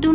Tú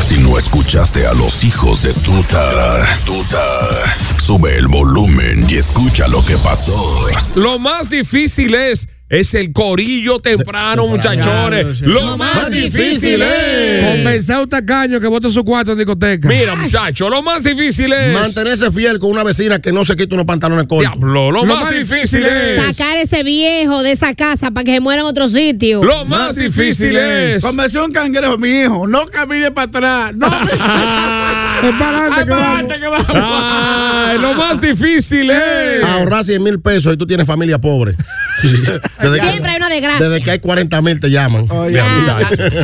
Si no escuchaste a los hijos de tuta, tuta, sube el volumen y escucha lo que pasó. Lo más difícil es es el corillo temprano, muchachones. sí. Lo más difícil es. Compensar un tacaño que bota su cuarto en discoteca. Mira, muchacho, lo más difícil es. Mantenerse fiel con una vecina que no se quita unos pantalones cortos. Diablo, lo más más difícil es. Sacar ese viejo de esa casa para que se muera en otro sitio. Lo más difícil es. Convenció un cangrejo, mi hijo. No camine para atrás. No. Es para adelante que vamos. que vamos. Ay, lo más difícil es. Ahorrar 100 mil pesos y tú tienes familia pobre. Desde que- Siempre hay una desgracia. Desde que hay 40 mil te llaman. Ah, Diablo.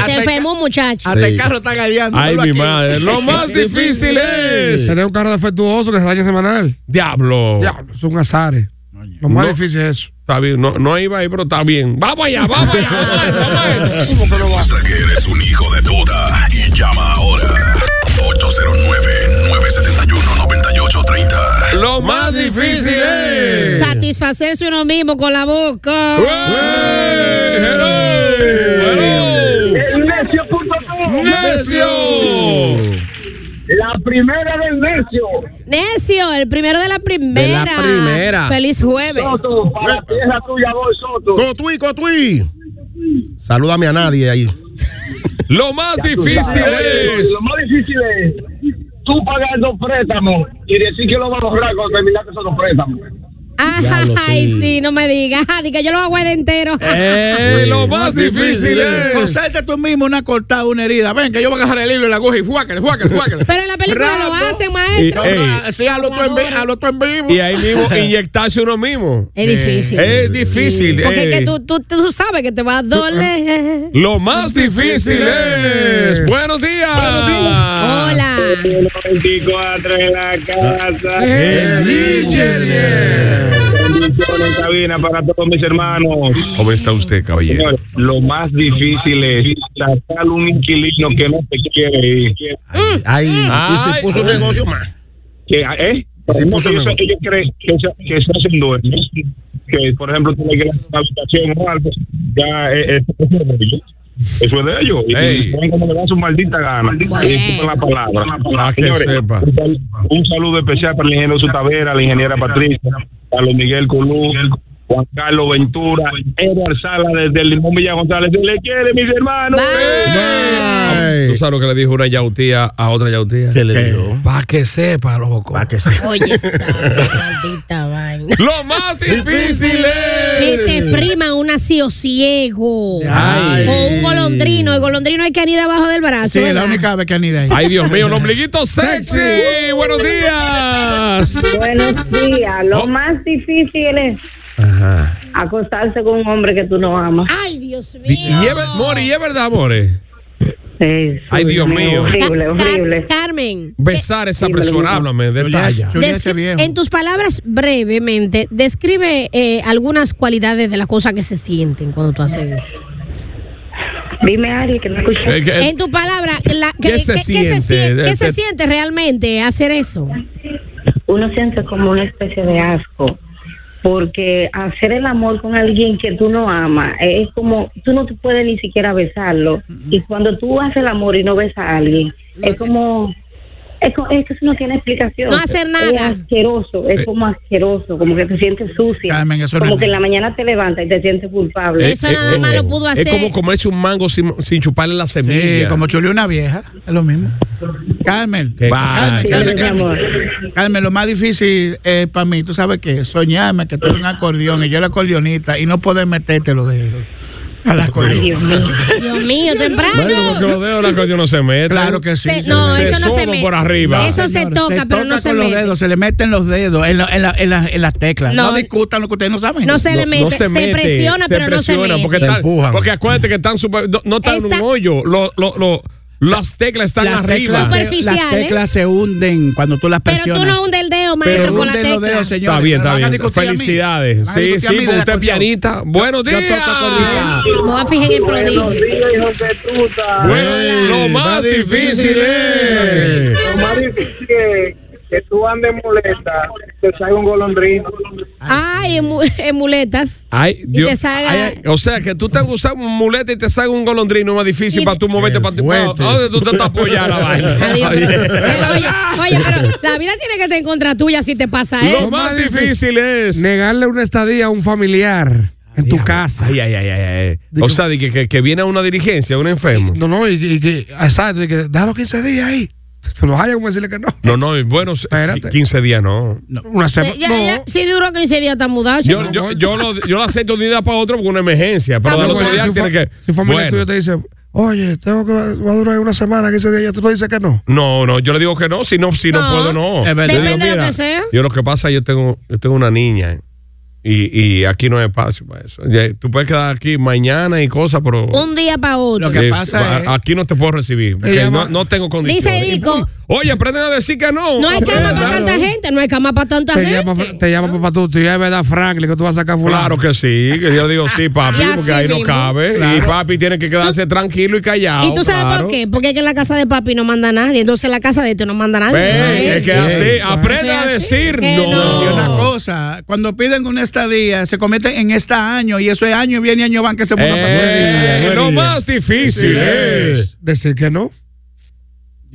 se enfermó un muchacho. el carro está gadeando. Ay, mi madre. Lo más difícil es. Tener un carro defectuoso que se daña semanal. Diablo. Diablo, es un azar. eh. Lo más difícil es eso. Está bien, no, no iba ahí, pero está bien. Vamos allá, vamos allá. Vamos allá, vamos allá. ¿Cómo que no va? Sé que eres un hijo de tuta y llama ahora. 809-971-9830. Lo más difícil es. Satisfacerse uno mismo con la boca. ¡Ey! ¡Hello! El necio punto ¡Hello! ¡Necio! La primera del necio. Necio, el primero de la primera. primera. Feliz jueves. Soto, para ti es la tuya, voy Soto. Cotuí, Cotuí. Salúdame a nadie ahí. Lo más difícil es. Lo más difícil es tú pagar dos préstamos y decir que lo vas a lograr cuando terminaste esos dos préstamos. Ay, sí. no me digas. Diga, yo lo hago de entero. ¡Eh! Lo más difícil es. Coserte este tú mismo una cortada, una herida. Ven, que yo voy a agarrar el hilo y la aguja y fuáquele, fuáquele, fuáquele. Pero en la película lo Rato. hacen, Y, maestro. ey, Sí, a lo tú en vi- a lo tú en vivo. y ahí mismo inyectarse uno mismo. es difícil. Es difícil. Porque es eh. que tú, tú, tú sabes que te va a doler. Lo más difícil es. Buenos días. Hola. El 24 en la casa. Eh, El DJ. Bendición en cabina eh, para todos mis hermanos. ¿Cómo está usted, caballero? Señores, lo más difícil es sacar un inquilino que no te quiere ir. Ahí. Mm. Ay. y se puso un negocio más. Que, ¿eh? Sí, No, puso ellos, negocio. ellos creen que se, que se hacen dueños. Que, por ejemplo, tú le quieres una habitación o algo. Ya, eh, eh, eso es de ellos. Eso es de ellos. Y- Ey. Y ponen como le dan su maldita gana. Bueno. Y disculpen la palabra. Ah, que sepa. Un, sal- un saludo especial para el ingeniero Sutavera, la ingeniera Patricia, a los Miguel Colú, Juan Carlos Ventura, Edward Sala desde el Limón Villa González. Se le quiere, mis hermanos. ¿Tú sabes lo que le dijo una yautía a otra yautía? ¿Qué le dijo? Para que sepa, loco. Para que se. Oye, esa maldita vaina. Este- Lo más difícil Que es. te priman un asio ciego. Ay. O un golondrino. El golondrino hay que anidar abajo del brazo. Sí, la ¿verdad? única vez que han ido ahí. Ay, Dios mío, un ombliguito sexy. Uh, Buenos días. Buenos días. Lo Oh. más difícil es acostarse con un hombre que tú no amas. Ay, Dios mío. Y es, ver- More, y es verdad, More. Eso, Ay, Dios mío. Ca- Horrible, Ca- horrible. Carmen. Besar a esa Sí, persona, pero- háblame, detalla. Yo ya ese descri- viejo. En tus palabras brevemente, describe eh, algunas cualidades de las cosas que se sienten cuando tú haces eso. Dime a alguien que no escucha. Eh, que- en tu palabra, la- ¿Qué que- se que- que siente? se sien- Eh, ¿qué te- se siente realmente hacer eso? Uno siente como una especie de asco. Porque hacer el amor con alguien que tú no amas eh, es como tú no te puedes ni siquiera besarlo. Y cuando tú haces el amor y no besas a alguien, es como Es co- es que eso no tiene explicación. No hacer nada. Es asqueroso, es como asqueroso, como que te sientes sucia. Eh. no como es- que en la mañana te levantas y te sientes culpable. Eh, eh, eh, Es como comerse un mango sin, sin chuparle la semilla. Sí, como chuleó una vieja, es lo mismo. Carmen, Carmen, Vaya. Carmen, Sí, mi amor. Carmen. Carmen, lo más difícil para mí, tú sabes que soñarme que tú eres un acordeón y yo era acordeonista y no poder metértelo de al acordeón. Dios mío, Dios mío, temprano. Bueno, porque los dedos la cosa no se mete. Claro que sí. Se- no, Este Te eso no se sobo me- por arriba. Eso se Señores, toca, pero no toca se con los mete. dedos, se le meten los dedos en, la- en, la- en, la- en las teclas. No. No, discutan lo que ustedes no saben. No se le mete, se, mete, presiona, pero no se mete. Porque, están- porque acuérdate que están super- no, no están en Está- un hoyo. Lo- lo- lo- las teclas están las arriba. teclas, se, las Superficiales. teclas se hunden cuando tú las Pero presionas. tú no hundes el dedo, maestro, Pero con la hunden los tecla. dedos, señores. Está bien, Van está a bien. discutir a mí. Felicidades. Van a Sí, discutir a sí, mí de porque usted es acordeón. pianista. Buenos Yo días. toco acordeón. Me voy a fijar en el prodigio. días, hijos de puta. Bueno, lo más difícil es. Lo más difícil es que tú andes molesta, te salga un golondrino. Ay, en, mu- en muletas. Ay, te Dios. salga- Ay, o sea, que tú te usas un muleta y te salga un golondrino más difícil Y- para tú moverte para ti. ¿A dónde tú te estás apoyando la vaina? Adiós, pero, Oye. pero oye, oye, pero la vida tiene que estar en contra tuya si te pasa eso. Ah. Lo más difícil es. Negarle una estadía a un familiar en tu casa. Ay, ay, ay, ay, ay. O sea, de que, que- que viene a una dirigencia, un enfermo. No, no, y, y que, exacto, y que déjalo 15 días ahí. Se lo haya como decirle que no. No, no, y bueno, se- Espérate. 15 días no. Una semana. Ya, no. ya, si duró 15 días, está mudado. chico. Yo, yo, yo, lo, yo lo acepto de un día para otro porque una emergencia. Pero No, al otro porque día si, un tiene fa- que. si un familiar Bueno, tuyo te dice, oye, tengo que va a durar una semana, 15 días, ya tú no dices que no. No, no, yo le digo que no. Si no, si no, No. puedo, no. Es verdad. Yo digo, Depende de lo mira, que sea. Yo lo que pasa, yo tengo, yo tengo una niña eh, y, y aquí no hay espacio para eso. Ya, Tú puedes quedar aquí mañana y cosas, pero. Un día para otro. Lo que eh, pasa va- es- Aquí no te puedo recibir. porque Ella no, va- no tengo condiciones. Dice Y Dico. pum, Oye, aprenden a decir que no. No hay cama para Claro. tanta gente, no hay cama para tanta Te llama, gente. te llama papá tú, tú ya es verdad, Franklin, que tú vas a sacar fulano. Claro que sí, que yo digo sí, papi, Y así porque ahí no mismo. cabe. Y papi tiene que quedarse tranquilo y callado. ¿Y tú sabes Ah, claro. por qué? Porque es que en la casa de papi no manda nadie, entonces la casa de este no manda nadie. Ven, es que Ay, así, aprende Eso a es así, decir que no. no. Y una cosa, cuando piden una estadía, se cometen en este año y eso es año y viene año van que se ponga Eh, para lo más difícil eh. es. Decir que no.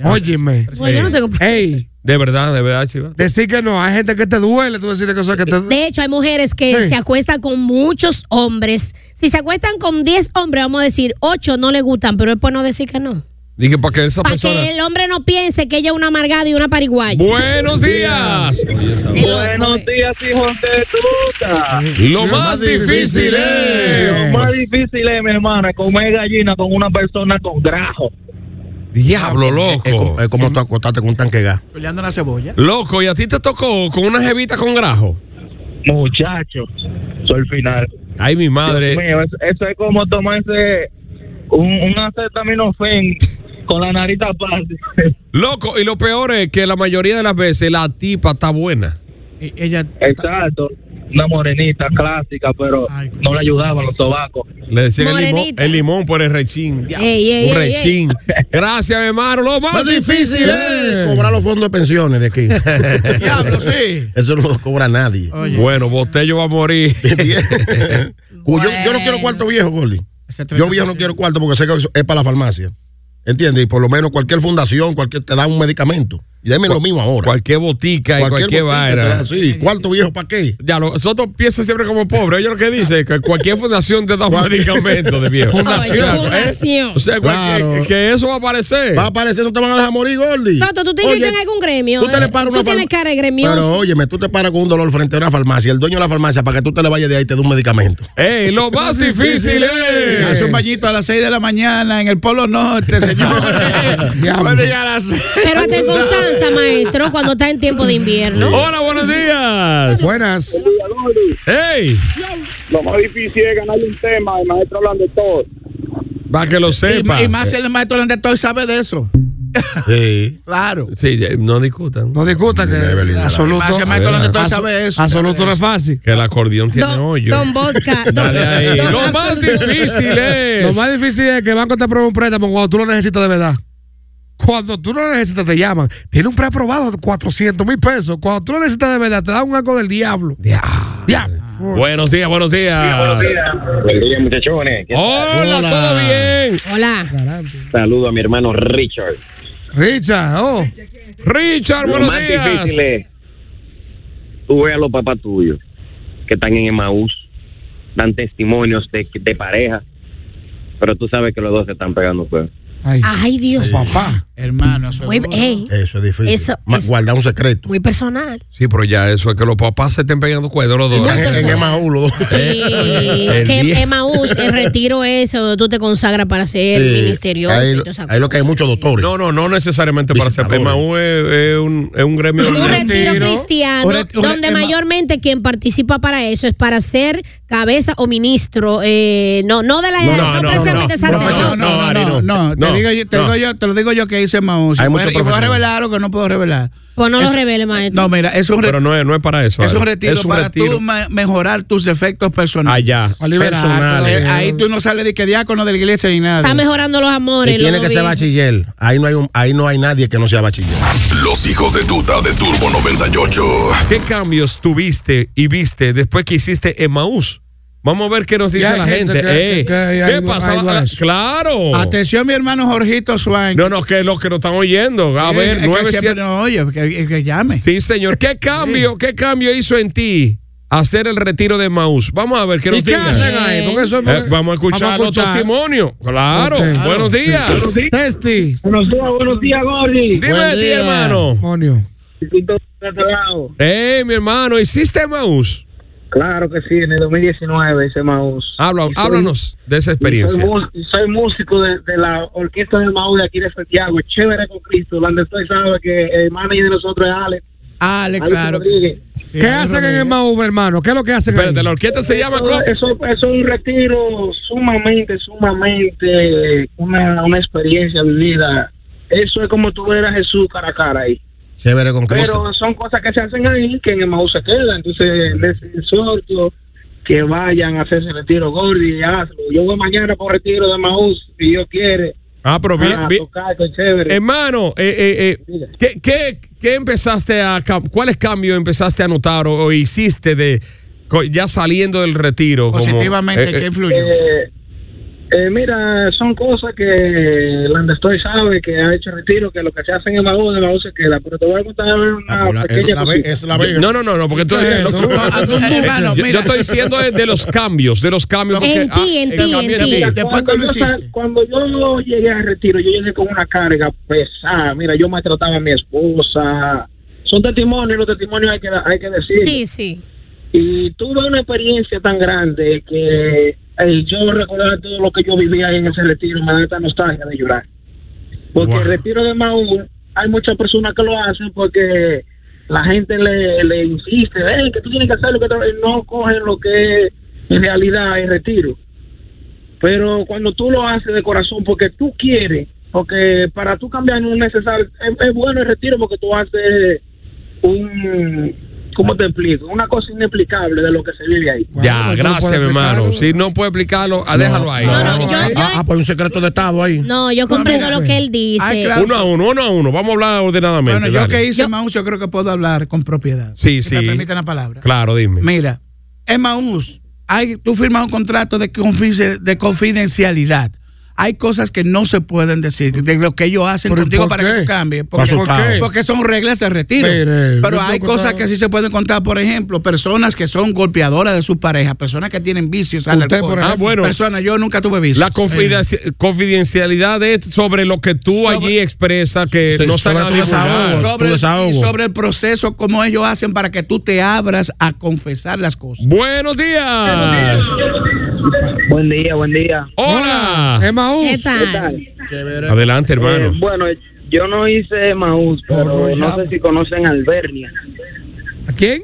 Óyeme. Pues yo no tengo problema. Ey, De verdad, de verdad, chiva. decir que no. Hay gente que te duele, tú decirle que, eso, que te De hecho, hay mujeres que Sí. se acuestan con muchos hombres. Si se acuestan con 10 hombres, vamos a decir 8 no le gustan, pero es por no decir que no. Dije, para que esa Para persona. que el hombre no piense que ella es una amargada y una pariguaya. Buenos días. Oye, esa voz. Buenos días, hijos de puta. Lo más difícil Lo es. más difícil es, mi hermana, comer gallina con una persona con grajo. Diablo, loco. Es como tú acostaste con un tanque de gas. Chuleando una cebolla. Loco, y a ti te tocó con una jevita con grajo. Muchachos, soy el final. Ay, mi madre. Mío, eso, eso es como tomarse un, un acetaminofén con la nariz aparte. Loco, y lo peor es que la mayoría de las veces la tipa está buena. Y E-, ella Exacto. Una morenita clásica, pero Ay, no le ayudaban los sobacos. Le decían el limón, Morenita. el limón por el rechín. Ey, un ey, ey, ey. rechín. Gracias, mi hermano. Lo más, difícil es. Cobrar los fondos de pensiones de aquí. Diablo, sí. Eso no lo cobra nadie. Bueno, Botello va a morir. ¿Entiendes? Yo, yo no quiero cuarto viejo, Gordy. Ese Yo viejo no quiero cuarto porque sé que eso es para la farmacia. ¿Entiendes? Y por lo menos cualquier fundación, cualquier te da un medicamento. Y dame lo mismo ahora. cualquier botica y cualquier botín que te vaina. da, Sí, cuarto viejo para qué. Ya, lo- nosotros piensan siempre como pobres. Ellos lo que dicen es que cualquier fundación te da un medicamento de viejo. ¿eh? Fundación. Fundación. ¿Eh? O sea, cualquier- Claro. que eso va a aparecer. Va a aparecer, no te van a dejar morir, Gordy. Soto, tú te Oye, inscribiste en algún gremio, Tú, te eh. le paras Tú una tienes farm- cara de gremioso. Pero óyeme, tú te paras con un dolor frente a una farmacia. El dueño de la farmacia, para que tú te le vayas de ahí, te dé un medicamento. Ey, lo más difícil es. Hace un bañito a las 6 de la mañana en el Polo Norte, señores. Bueno, ya a las seis. Pero hasta en Constanza, maestro, cuando está en tiempo de invierno. Hola, buenos días. Buenas. Ey, Lo más difícil es ganarle un tema, el maestro hablando de todo. para que lo sepa. Y, y más si el maestro León de Toy sabe de eso. Sí. Claro. Sí, ya, no discutan. No discuta que absoluto. Más que Michael León de Toy aso- sabe eso. Absoluto no es fácil. Que el acordeón tiene Don, hoyo. don Vodka. Don, Dale ahí. don Lo más absoluto. difícil es. Lo más difícil es que el banco te apruebe un préstamo cuando tú lo necesitas de verdad. Cuando tú lo necesitas, te llaman. Tiene un preaprobado de 400 mil pesos. Cuando tú lo necesitas de verdad, te da un arco del diablo. Diablo. Buenos días, buenos días. Buen día, muchachones. Hola, todo bien. Hola. Saludo a mi hermano Richard. Richard, oh. Richard, Lo buenos más días. difícil es, tú ves a los papás tuyos que están en Emaús, dan testimonios de, de pareja, pero tú sabes que los dos se están pegando fuego. Ay, Dios. Papá. Hermano, eso Muy, ey, Eso es difícil. Eso Ma- es- Guardar un secreto. muy personal. Sí, pero ya eso es que los papás se estén pegando cuerdos los En, dos. en, en Emaú, los dos. Sí, El que día- Emaús, el retiro eso, tú te consagras para ser Sí, ministerioso. ahí y lo- toda esa Ahí lo que hay muchos doctores. No, no, no necesariamente para ser Emaú es, es un, es un gremio. Un retiro cristiano, Un re- un re- donde ema- mayormente quien participa para eso es para ser cabeza o ministro, eh, no, no de la No, no, no, no, precisamente no, sacerdote. no, no, no, no, no, te no, digo yo- te no. digo yo- te lo digo yo que hice Maús. Y Hay voy muchos a- y voy a profesionales. revelar algo que no puedo revelar. Pues no lo Eso- revele, maestro. No, mira, es un re- Pero no es, no es para eso. es un Ale. retiro Es un para retiro. tú me- mejorar tus defectos personales. Allá. A liberar, Personales. claro. Ahí tú no sales de que diácono de la iglesia ni nada. Está mejorando los amores. Y tiene los que ser novios. bachiller. Ahí no hay un, ahí no hay nadie que no sea bachiller. Los hijos de tuta de Turbo 98. ¿Qué cambios tuviste y viste después que hiciste Emaús? Vamos a ver qué nos Y dice hay la gente gente. que- Eh, que- que hay- ¿Qué pasaba? Ah, hay dudas. Claro. Atención, mi hermano Jorgito Swain. No, no, que los que nos están oyendo. A Sí, es ver, que nueve, siempre siete- no oye, que, que llame. Sí, señor. ¿Qué cambio, qué cambio hizo en ti hacer el retiro de Maús? Vamos a ver qué ¿Y nos qué digan. hacen ahí? Porque eso es- Eh, vamos a escuchar Vamos a los escuchar. testimonios. Claro. Ok. Buenos días. Testi. Buenos días, buenos días, Gordy. este Dime de ti, hermano. Monio. Eh, mi hermano, ¿hiciste Maús? Claro que sí, en el 2019 hice Maús. Habla- Y soy- háblanos de esa Soy, experiencia. mús- y soy músico de, de la orquesta del Maús de aquí de Santiago, Chévere con Cristo, donde estoy sabe que el manager de nosotros es Alex. Alex, claro que Rodríguez. ¿Qué hacen en Emaú, hermano? ¿Qué es lo que hacen Espérate, ahí? la orquesta se llama Eso, eso- eso es un retiro sumamente, sumamente, una, una experiencia vivida. Eso es como tú ver a Jesús cara a cara ahí. Chévere con Cristo. Pero son cosas que se hacen ahí que en el Maú se queda. Entonces, les exhorto que vayan a hacerse retiro Gordy y hazlo. Yo voy mañana por retiro de Maús, si Dios quiere. Ah, pero bien, a bien. tocar, que es chévere. Hermano, eh, eh, eh, ¿qué, qué, qué empezaste a cam- cuáles cambios empezaste a notar o, o hiciste de co- ya saliendo del retiro? como- eh, eh, Eh, eh, mira, son cosas que Landestoy sabe que ha hecho retiro, que lo que se hace en el Maús, en el Maús se queda. Pero te voy a contar una pues pequeña cosita. No, no, no, no, porque tú, ¿Qué es no, eso? no, no, Ah, tú, yo- hermano, yo, mira. estoy diciendo de, de los cambios, de los cambios. porque, ah, eh, En ti, en el ti, cambio en ti. en Cuando yo sal- Cuando yo llegué al retiro, yo llegué con una carga pesada. Mira, yo maltrataba a mi esposa. Son testimonios, los testimonios hay que, hay que decir. Sí, sí. Y tuve una experiencia tan grande que eh, yo recordaba todo lo que yo vivía ahí en ese retiro, me da esta nostalgia de llorar. Porque el retiro de Maú, hay muchas personas que lo hacen porque la gente le, le insiste, "Ey, que tú tienes que hacer lo que tú-". Y no cogen lo que es en realidad el retiro. Pero cuando tú lo haces de corazón porque tú quieres, porque para tú cambiar no es necesario, es, es bueno el retiro porque tú haces un, ¿cómo te explico? Una cosa inexplicable de lo que se vive ahí. Ya, gracias, mi hermano. Si no puedo explicarlo, ah, déjalo ahí. Ah, ah, pues un secreto de Estado ahí. No, yo comprendo lo que él dice. Uno a uno, uno a uno. Vamos a hablar ordenadamente. Ah, Bueno, yo dale. que hice Maús, yo creo que puedo hablar con propiedad. Sí, Si me sí. permiten la palabra. Claro, dime. Mira, en Maús, hay, tú firmas un contrato de, confi- de confidencialidad. Hay cosas que no se pueden decir, de lo que ellos hacen ¿Pero y contigo por para qué? que tú cambies. ¿Por Porque, qué? porque son reglas de retiro. Mire, pero yo hay tengo cosas que- que sí se pueden contar. Por ejemplo, personas que son golpeadoras de sus parejas, personas que tienen vicios al Usted, alcohol. por ejemplo. Ah, bueno. Personas, yo nunca tuve vicios. La confidenci- confidencialidad es sobre lo que tú allí expresas que Sí, no se sobre haga tu divulgar. desahogo, sobre el- y sobre el proceso, cómo ellos hacen para que tú te abras a confesar las cosas. Buenos días. Oh. Buen día, buen día. Hola. ¿Qué tal? Adelante, hermano. Eh, bueno, yo no hice Maús, pero no sé si conocen Albernia. ¿A quién?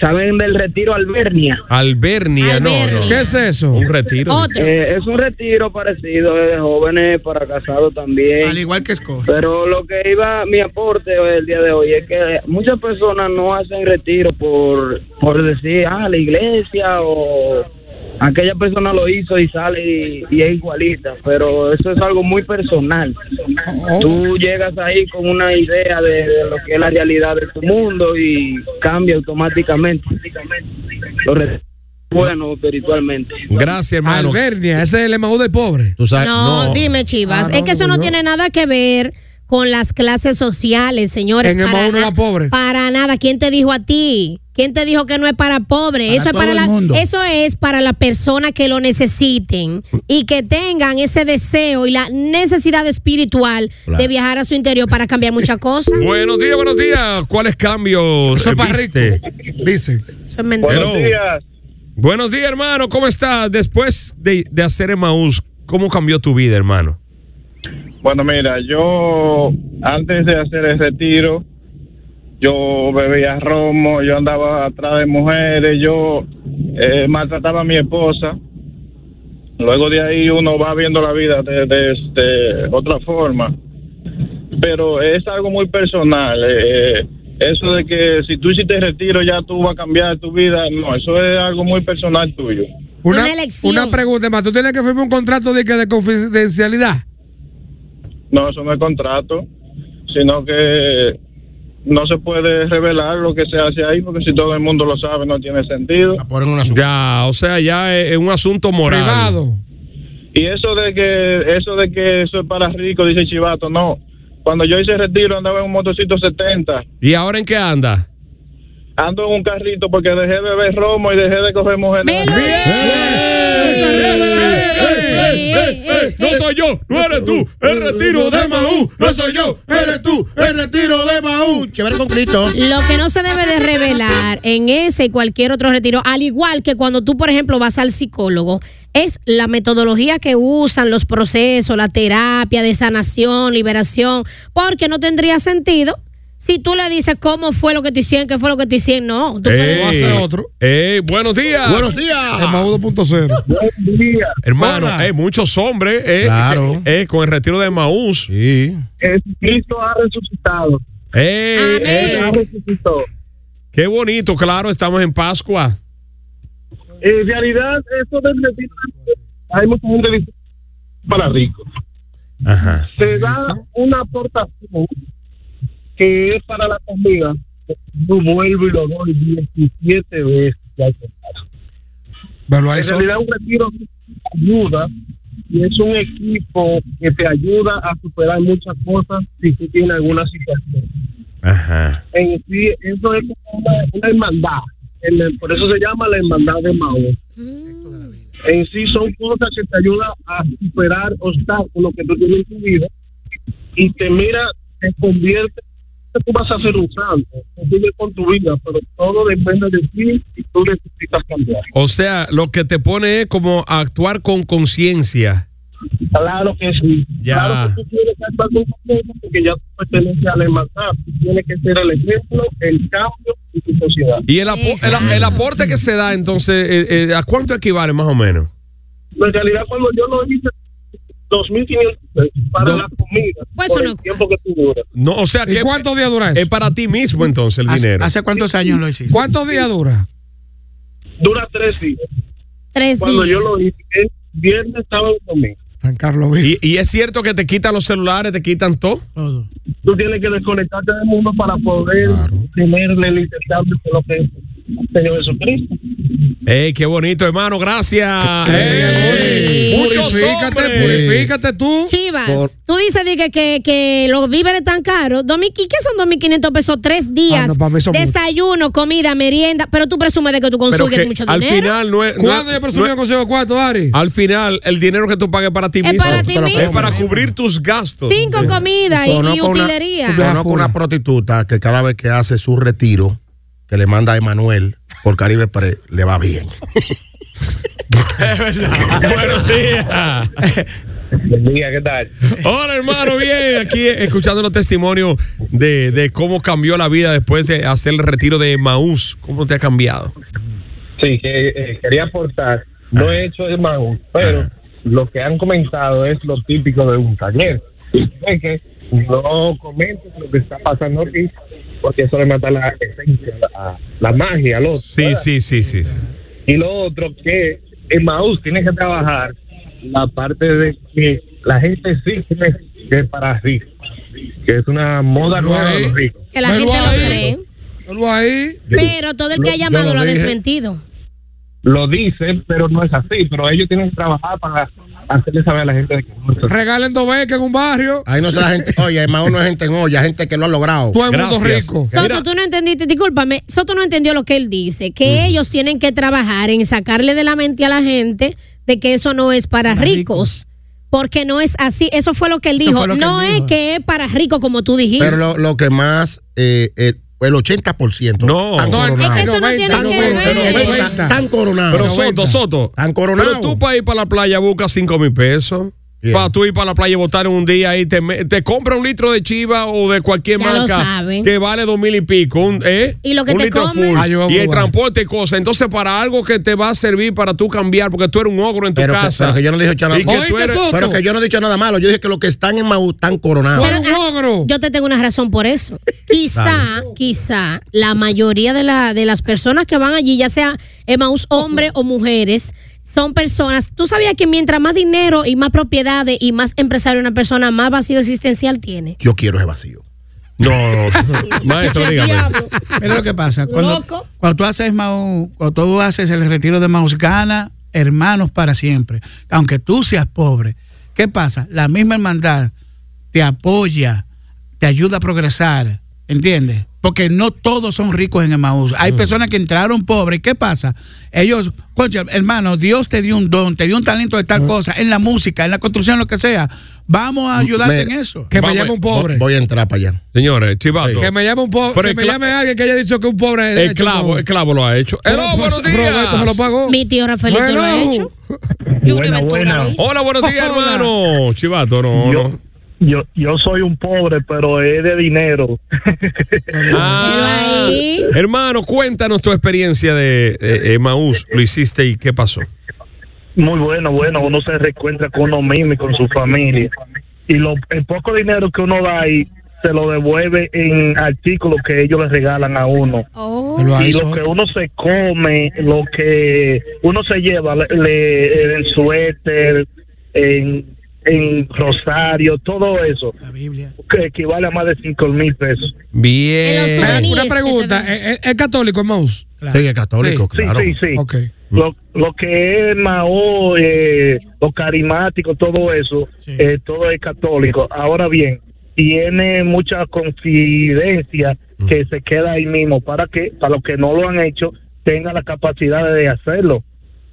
¿Saben del retiro Albernia? Albernia, no, no. ¿Qué es eso? Un retiro. Eh, es un retiro parecido eh, de jóvenes para casados también. Al igual que escoge. Pero lo que iba mi aporte eh, el día de hoy es que muchas personas no hacen retiro por, por decir, ah, la iglesia o aquella persona lo hizo y sale y, y es igualita. Pero eso es algo muy personal. Tú llegas ahí con una idea de, de lo que es la realidad de tu mundo y cambia automáticamente. Lo re- bueno espiritualmente. Gracias, hermano. Albernia, ese es el Emaú del pobre. Tú No, dime, Chivas. Ah, no, es que eso digo no yo. tiene nada que ver con las clases sociales, señores. En el para Maú no na- era pobre. Para nada. ¿Quién te dijo a ti? ¿Quién te dijo que no es para pobre? Para eso es todo para el la, mundo. eso es para las personas que lo necesiten y que tengan ese deseo y la necesidad espiritual Claro. de viajar a su interior para cambiar muchas cosas. Buenos días, buenos días. ¿Cuáles cambios Eso es eh, para viste? Dicen. Eso es mentira. días. Buenos días, hermano. ¿Cómo estás? Después de, de hacer Emaús, ¿cómo cambió tu vida, hermano? Bueno, mira, yo antes de hacer el retiro, yo bebía romo, yo andaba atrás de mujeres, yo eh, maltrataba a mi esposa. Luego de ahí uno va viendo la vida de, de- de otra forma. Pero es algo muy personal. eh, eso de que si tú hiciste retiro ya tú vas a cambiar tu vida, no, eso es algo muy personal tuyo. Una, una pregunta más. ¿Tú tienes que firmar un contrato de, que- de confidencialidad? No, eso no es contrato, sino que no se puede revelar lo que se hace ahí, porque si todo el mundo lo sabe, no tiene sentido. Ya, o sea, ya es es un asunto moral. Y eso de que eso de que eso es para ricos, dice Chivato, no. Cuando yo hice retiro andaba en un motocito 70, ¿Y ahora en qué anda? ando en un carrito porque dejé de beber romo y dejé de coger mujeres. No soy yo, no eres tú, el retiro de Maú. No soy yo, eres tú, el retiro de Maú. Chévere con Cristo. Lo que no se debe de revelar en ese y cualquier otro retiro, al igual que cuando tú, por ejemplo, vas al psicólogo, es la metodología que usan, los procesos, la terapia de sanación, liberación, porque no tendría sentido si tú le dices cómo fue lo que te hicieron, qué fue lo que te hicieron. No, tú puedes- Ey, ey, buenos días. Buenos días. Emaú 2.0. Hermano, Hola. eh, muchos hombres eh, Claro. eh, eh, con el retiro de Maús. Sí. Cristo ha resucitado. Él ha resucitado. Qué bonito, claro, estamos en Pascua. En realidad, eso del retiro, hay mucha gente que dice, para ricos. Ajá. Se da una aportación que es para la comida. Yo vuelvo y lo doy 17 veces. ya que pasa. en realidad, un retiro ayuda y es un equipo que te ayuda a superar muchas cosas si tú tienes alguna situación. Ajá. En sí, eso es como una, una hermandad. El- por eso se llama la hermandad de Mao. Mm. En sí son cosas que te ayudan a superar obstáculos que tú tienes en tu vida y te mira, te convierte, tú vas a ser un santo, tú sigues con tu vida, pero todo depende de ti y tú necesitas cambiar. O sea, lo que te pone es como a actuar con conciencia. Claro que sí. Ya. Claro que tú tienes que actuar con conciencia porque ya tú perteneces a la hermandad, tú tienes que ser el ejemplo, el cambio y tu sociedad. Y el, apo- el a- el aporte que se da, entonces, eh, eh, ¿a cuánto equivale más o menos? En realidad, cuando yo lo hice, 2.500 pesos para la comida. por el tiempo que tú duras. No, o sea, ¿Y que- cuántos días dura eso? Es para ti mismo, entonces, el ¿Hace- dinero. hace cuántos años lo hiciste? ¿Cuántos días dura? Dura tres días. Tres cuando días. yo lo hice, es viernes, sábado y domingo. San Carlos Vives. ¿Y, y es cierto que te quitan los celulares, te quitan todo? Tú tienes que desconectarte del mundo para poder tener el intercambio con lo que es el Señor Jesucristo. ¡Ey, qué bonito, hermano! ¡Gracias! Ey, muchos Purifícate, hombres. purifícate tú. Chivas, Por- tú dices di que, que, que los víveres tan caros. dos mil- ¿y ¿Qué son 2.500 pesos? Tres días. Ah, no, para mí son mucho. desayuno, comida, merienda. Pero tú presumes de que tú Pero consigues que mucho al dinero. final no es. ¿Cuándo yo presumí que consigo cuánto, Ari? Al final, el dinero que tú pagues para ti Es mismo. para ti Es mismo. para cubrir tus gastos. Cinco comidas y, y Conozco una- utilería. Conozco una prostituta que cada vez que hace su retiro, que le manda a Emanuel por Caribe Express, le va bien. Buenos días. ¿qué tal? Hola, hermano, bien. Aquí escuchando los testimonios de, de cómo cambió la vida después de hacer el retiro de Maús. ¿Cómo te ha cambiado? Sí, que eh, quería aportar. No he hecho el mago, pero lo que han comentado es lo típico de un taller. Es que no comentes lo que está pasando aquí, porque eso le mata la esencia, la, la magia, lo Sí, sí, sí, sí. sí. Y lo otro, que el Maús tiene que trabajar la parte de que la gente sí cree que es para ricos, que es una moda nueva de los ricos. Que la gente lo cree. Pero todo el que ha Yo- yo llamado lo lo ha dije. desmentido. Lo dicen, pero no es así. Pero ellos tienen que trabajar para hacerle saber a la gente de que no Regalen dos becas en un barrio. Ahí no se da gente. Oye, más uno es gente en olla, gente que lo ha logrado. Todo el mundo Gracias. rico. Que mira, Soto, tú no entendiste, discúlpame, Soto no entendió lo que él dice, que ellos tienen que trabajar en sacarle de la mente a la gente de que eso no es para, ricos, porque no es así, eso fue lo que él Eso dijo, fue lo que no él es que es para ricos como tú dijiste. pero lo, lo que más. eh, el, el 80% no, tan No, coronado. es que eso no tiene Tan que coronado, ver. tan coronado, Tan coronado. Pero Soto, Soto. Tan coronado. Pero tú para ir para la playa buscas 5 mil pesos. Para tú ir para la playa y votar un día y te, me- te compra un litro de chiva o de cualquier Ya lo marca saben. que vale dos mil y pico. Un, ¿eh? Y lo que Un te litro comes. full. Ah, yo voy a y el probar. transporte y cosas. Entonces, para algo que te va a servir para tú cambiar, porque tú eres un ogro en tu Pero que- casa. pero que yo no dije nada- Y que tú Oíste, eres- Soto. Pero que yo no he dicho nada malo. Yo dije que los que están en Maú están coronados. Pero, ah, Yo te tengo una razón por eso. Quizá, quizá la mayoría de, la, de las personas que van allí, ya sea Emmaus hombres o mujeres, son personas. Tú sabías que mientras más dinero y más propiedades y más empresario una persona, más vacío existencial tiene. Yo quiero ese vacío. No, maestro, dígame. Diablo. Mira lo que pasa. Cuando, Loco. cuando tú haces Mau- cuando tú haces el retiro de Maus, gana hermanos para siempre. Aunque tú seas pobre. ¿Qué pasa? La misma hermandad te apoya, te ayuda a progresar. ¿Entiendes? Porque no todos son ricos en Emmaus. Mm. Hay personas que entraron pobres. ¿Qué pasa? Ellos, concha, hermano, Dios te dio un don, te dio un talento de Mm. tal cosa, en la música, en la construcción, lo que sea. Vamos a ayudarte en eso. Que Mm, me llame un pobre. Voy a entrar para allá. Señores, chivato. Que me llame un Pero pobre. Que el me cla- llame alguien que haya dicho que un pobre es El hecho clavo, pobre. el clavo lo ha hecho. Pero, Hello, pues, Oh, buenos días. Roberto se lo pagó. Mi tío Rafaelito lo ha Bueno. hecho. Junior Ventura lo hizo. Hola, buenos días, Hola. hermano. Chivato, no, no. Yo, yo soy un pobre, pero es de dinero. Ah, hermano, cuéntanos tu experiencia de eh, eh, Maús. ¿Lo hiciste y qué pasó? Muy bueno, bueno, uno se reencuentra con uno mismo y con su familia. Y lo, el poco dinero que uno da ahí se lo devuelve en artículos que ellos le regalan a uno. Oh. Oh. y lo que uno se come, lo que uno se lleva le- le- en suéter, en, en rosario, todo eso, que equivale a más de cinco mil pesos. Bien. Una pregunta. ¿Es, es- es católico, Emmaus? Sí, es católico, Sí, claro. sí, sí. Ok. Lo, lo que es Mao, eh, los carismáticos, todo eso, eh, todo es católico. Ahora bien, tiene mucha confidencia Mm. que se queda ahí mismo para que, para los que no lo han hecho, tengan la capacidad de hacerlo.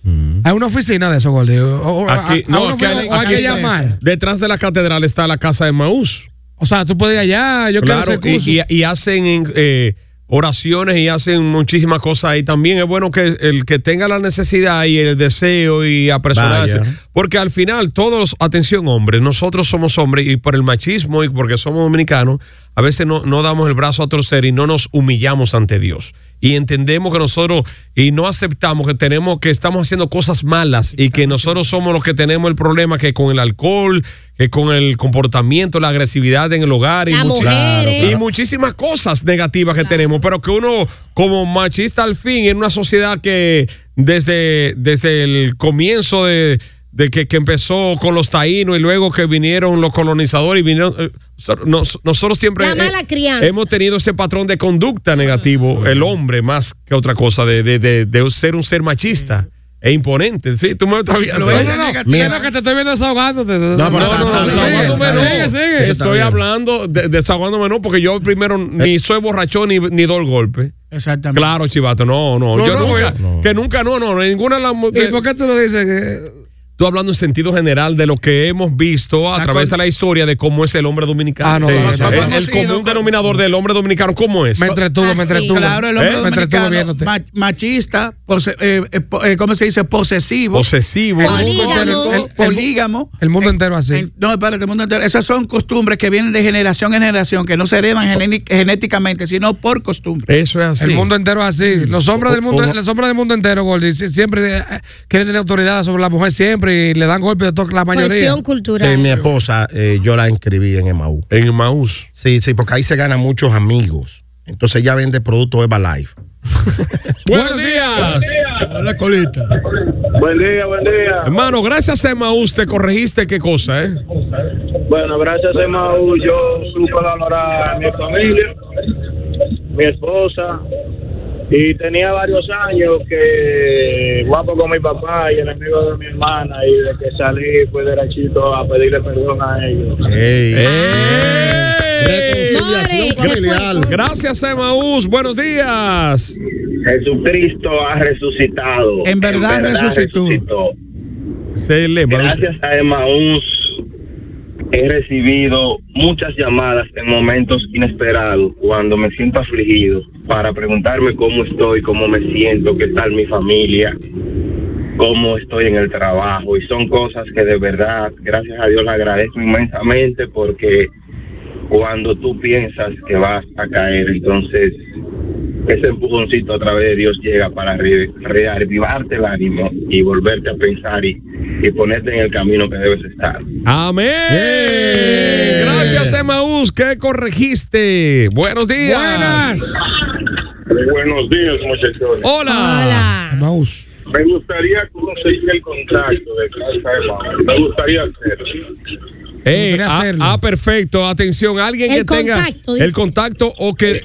Mm. Hay una oficina de eso, Gordy. O- o- a- Aquí, a no, una aquí, oficina- o hay aquí- que llamar. Detrás de la catedral está la casa de Maús. O sea, tú puedes ir allá. Yo claro, quiero ese curso. y, y- y hacen en, eh, oraciones y hacen muchísimas cosas ahí también. Es bueno que el que tenga la necesidad y el deseo y apresurarse. Vaya. Porque al final todos, atención hombres, nosotros somos hombres y por el machismo y porque somos dominicanos, a veces no, no damos el brazo a torcer y no nos humillamos ante Dios. Y entendemos que nosotros, y no aceptamos que tenemos, que estamos haciendo cosas malas y que nosotros somos los que tenemos el problema que con el alcohol, que con el comportamiento, la agresividad en el hogar y, Las muchi- mujeres. y muchísimas cosas negativas que tenemos, pero que uno como machista al fin en una sociedad que desde, desde el comienzo de, de que, que empezó con los taínos y luego que vinieron los colonizadores y vinieron, eh, so- nos- nosotros siempre La mala crianza. hemos tenido ese patrón de conducta negativo, el hombre más que otra cosa, de, de- de- de ser un ser machista. E imponente, sí, tú me estás viendo. No, no, no. Mira que te estoy viendo desahogándote. No, Desahogándome, no. Sigue, sigue. Estoy hablando, de, desahogándome no, porque yo primero ni soy borrachón ni, ni doy el golpe. Exactamente. Claro, chivato, no, no. No, yo no, nunca, no. que nunca, no, no, ninguna de las. ¿Y por qué tú lo dices? Que- Tú hablando en sentido general de lo que hemos visto a través de la historia de cómo es el hombre dominicano. Ah, no, Sí. no, no, no, el, no, no, el sí, común denominador del hombre dominicano, ¿cómo es? Me entretuvo, Ah, me entretuvo. Claro, el hombre ¿Eh? dominicano, ma- machista, pose- eh, eh, po- eh, ¿cómo se dice? Posesivo. Posesivo. Polígamo. El- el- polígamo. El mundo entero así. No, espérate, el mundo entero. Esas son costumbres que vienen de generación en generación, que no se heredan Oh. gene- genéticamente, sino por costumbre. Eso es así. Mm. El mundo entero es así. Los hombres del mundo, los hombres del mundo entero, Gordy, si- siempre eh, quieren tener autoridad sobre la mujer siempre y le dan golpes de toque la mayoría. Cuestión cultural. Sí, mi esposa, eh, yo la inscribí en Emaú. En Emaús. Sí, sí, porque ahí se ganan muchos amigos. Entonces ella vende productos Herbalife. Buenos días. Hola, colita. Buen día, buen día. Hermano, gracias a Emaús te corregiste qué cosa, ¿eh? Bueno, gracias a Mau, yo supe valorar a mi familia, mi esposa, Y tenía varios años que guapo con mi papá y enemigo de mi hermana y de que salí fue derechito a pedirle perdón a ellos. Reconciliación familiar. Gracias, Emaús. Buenos días. Jesucristo ha resucitado. En verdad resucitó. Gracias a Emaús he recibido muchas llamadas en momentos inesperados cuando me siento afligido para preguntarme cómo estoy, cómo me siento, qué tal mi familia, cómo estoy en el trabajo y son cosas que de verdad, gracias a Dios, le agradezco inmensamente porque cuando tú piensas que vas a caer, entonces ese empujoncito a través de Dios llega para re- reavivarte el ánimo y volverte a pensar y, y ponerte en el camino que debes estar. Amén. Gracias, Emaús, que corregiste. Buenos días. Buenos días, muchachos. Hola. Ah. Emaús. Me gustaría conseguir el contacto de Casa de Maús. Me gustaría hacerlo. Eh, ah, ah, perfecto. Atención, alguien El que tenga contacto, dice. el contacto o que,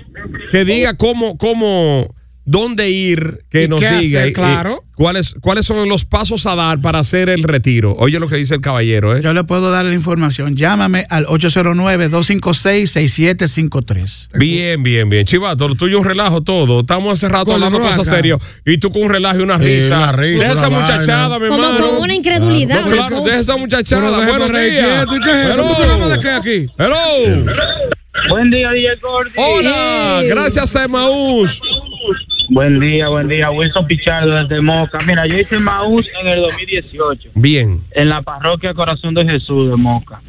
que diga cómo, cómo, dónde ir, que ¿Y nos qué diga. hacer? y- y Claro. cuáles, ¿Cuáles son los pasos a dar para hacer el retiro? Oye lo que dice el caballero, ¿eh? Yo le puedo dar la información. Llámame al 809-256-6753. Bien, bien, bien. Chivato, lo tuyo es un relajo todo. Estamos hace rato Con la hablando broca. cosas serias. Y tú con un relajo y una Sí, risa. una risa, Deja esa una muchachada, mi Como hermano. con una incredulidad. No, claro, deja esa muchachada. Pero deja Buenos por ahí días. quieto, ¿y qué es esto? ¿Tú te llamas de qué aquí? Hello. Buen día, DJ Gordy. Hola. Gracias, Emaús. Buen día, buen día. Wilson Pichardo desde Moca. Mira, yo hice Maús en el 2018. Bien. En la parroquia Corazón de Jesús de Moca.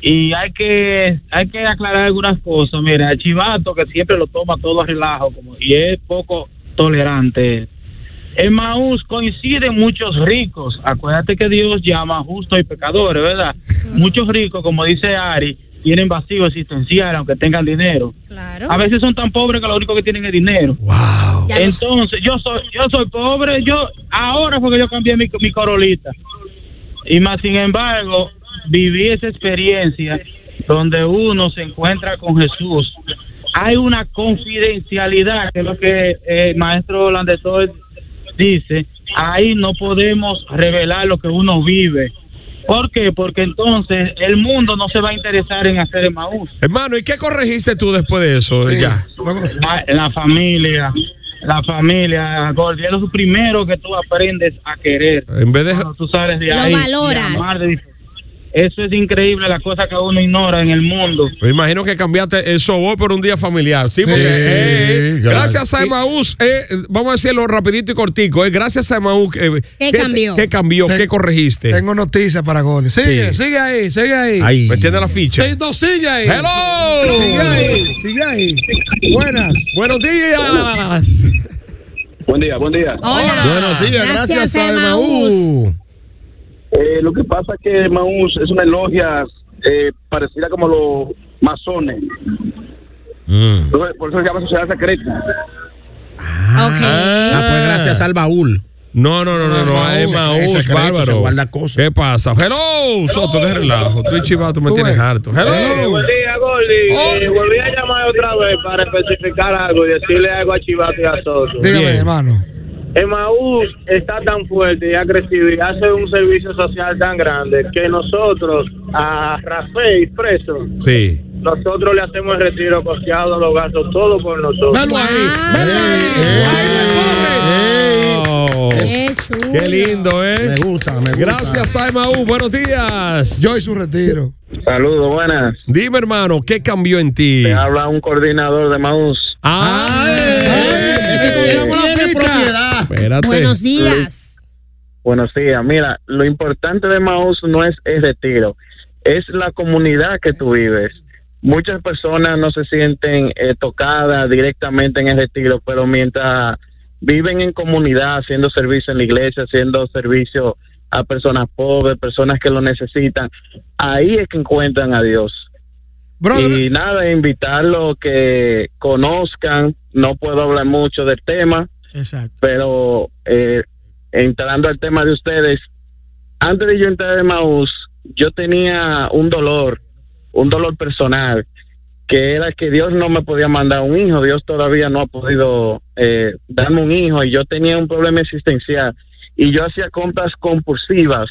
Y hay que hay que aclarar algunas cosas. Mira, el chivato que siempre lo toma todo a relajo como, y es poco tolerante. En Maús coinciden muchos ricos. Acuérdate que Dios llama a justos y pecadores, ¿verdad? Muchos ricos, como dice Ari, tienen vacío existencial aunque tengan dinero. A veces son tan pobres que lo único que tienen es dinero. Entonces, yo soy yo soy pobre, yo ahora porque yo cambié mi, mi corolita. Y más sin embargo, viví esa experiencia donde uno se encuentra con Jesús. Hay una confidencialidad, que es lo que eh, el maestro Landesol dice, ahí no podemos revelar lo que uno vive. ¿Por qué? Porque entonces el mundo no se va a interesar en hacer el Maús. Hermano, ¿y qué corregiste tú después de eso? Ya. La, la familia, la familia, Gordy, es lo primero que tú aprendes a querer. En vez de cuando tú sales de Lo ahí, valoras. de amar, de- eso es increíble, la cosa que uno ignora en el mundo. Me imagino que cambiaste el sobor por un día familiar. Sí, porque Sí, eh, eh, claro. gracias a Emaús, eh, vamos a decirlo rapidito y cortico, eh, gracias a Emaús. eh, ¿Qué cambió? ¿Qué cambió? Te- ¿Qué corregiste? Tengo noticias para Gordy. Sigue, Sí. sigue ahí, sigue ahí. Ay. Me tiene la ficha. Sí, no, sigue ahí. Hello. Sigue ahí, sigue ahí. Buenas. Buenos días. Buen día, buen día. Hola. Buenos días, gracias, a Emaús. Eh, lo que pasa es que Emaús es una logia eh, parecida como los masones. Entonces, Por eso se llama sociedad secreta. Ah, pues gracias al baúl. No, no, no, no, no, a Emaús, es Emaús, secreto, se bárbaro. guarda ¿Qué pasa? Hello, Soto, de relajo. Tú y Chivato me tienes harto. Eh, Hello. buen día, Gordy. Eh, volví a llamar otra vez para especificar algo y decirle algo a Chivato y a Soto. Dígame, hermano. Emaús está tan fuerte y ha crecido y hace un servicio social tan grande que nosotros, a Rafael preso, Sí. nosotros le hacemos el retiro costeado, los gastos, todo por nosotros. Wow. Qué lindo, ¿eh? Me gusta, me gusta. Gracias a Emaús, buenos días. Yo y su retiro. Saludos, buenas. Dime, hermano, ¿qué cambió en ti? Ah, Te habla un coordinador de Maús. Espérate. Buenos días. Buenos días. Mira, lo importante de Maús no es el retiro, es la comunidad que tú vives. Muchas personas no se sienten eh, tocadas directamente en el retiro, pero mientras viven en comunidad, haciendo servicio en la iglesia, haciendo servicio a personas pobres, personas que lo necesitan, ahí es que encuentran a Dios. y nada, invitarlo que conozcan, no puedo hablar mucho del tema, Exacto. pero eh, entrando al tema de ustedes, antes de yo entrar de Maús, yo tenía un dolor, un dolor personal, que era que Dios no me podía mandar un hijo, Dios todavía no ha podido eh, darme un hijo y yo tenía un problema existencial y yo hacía compras compulsivas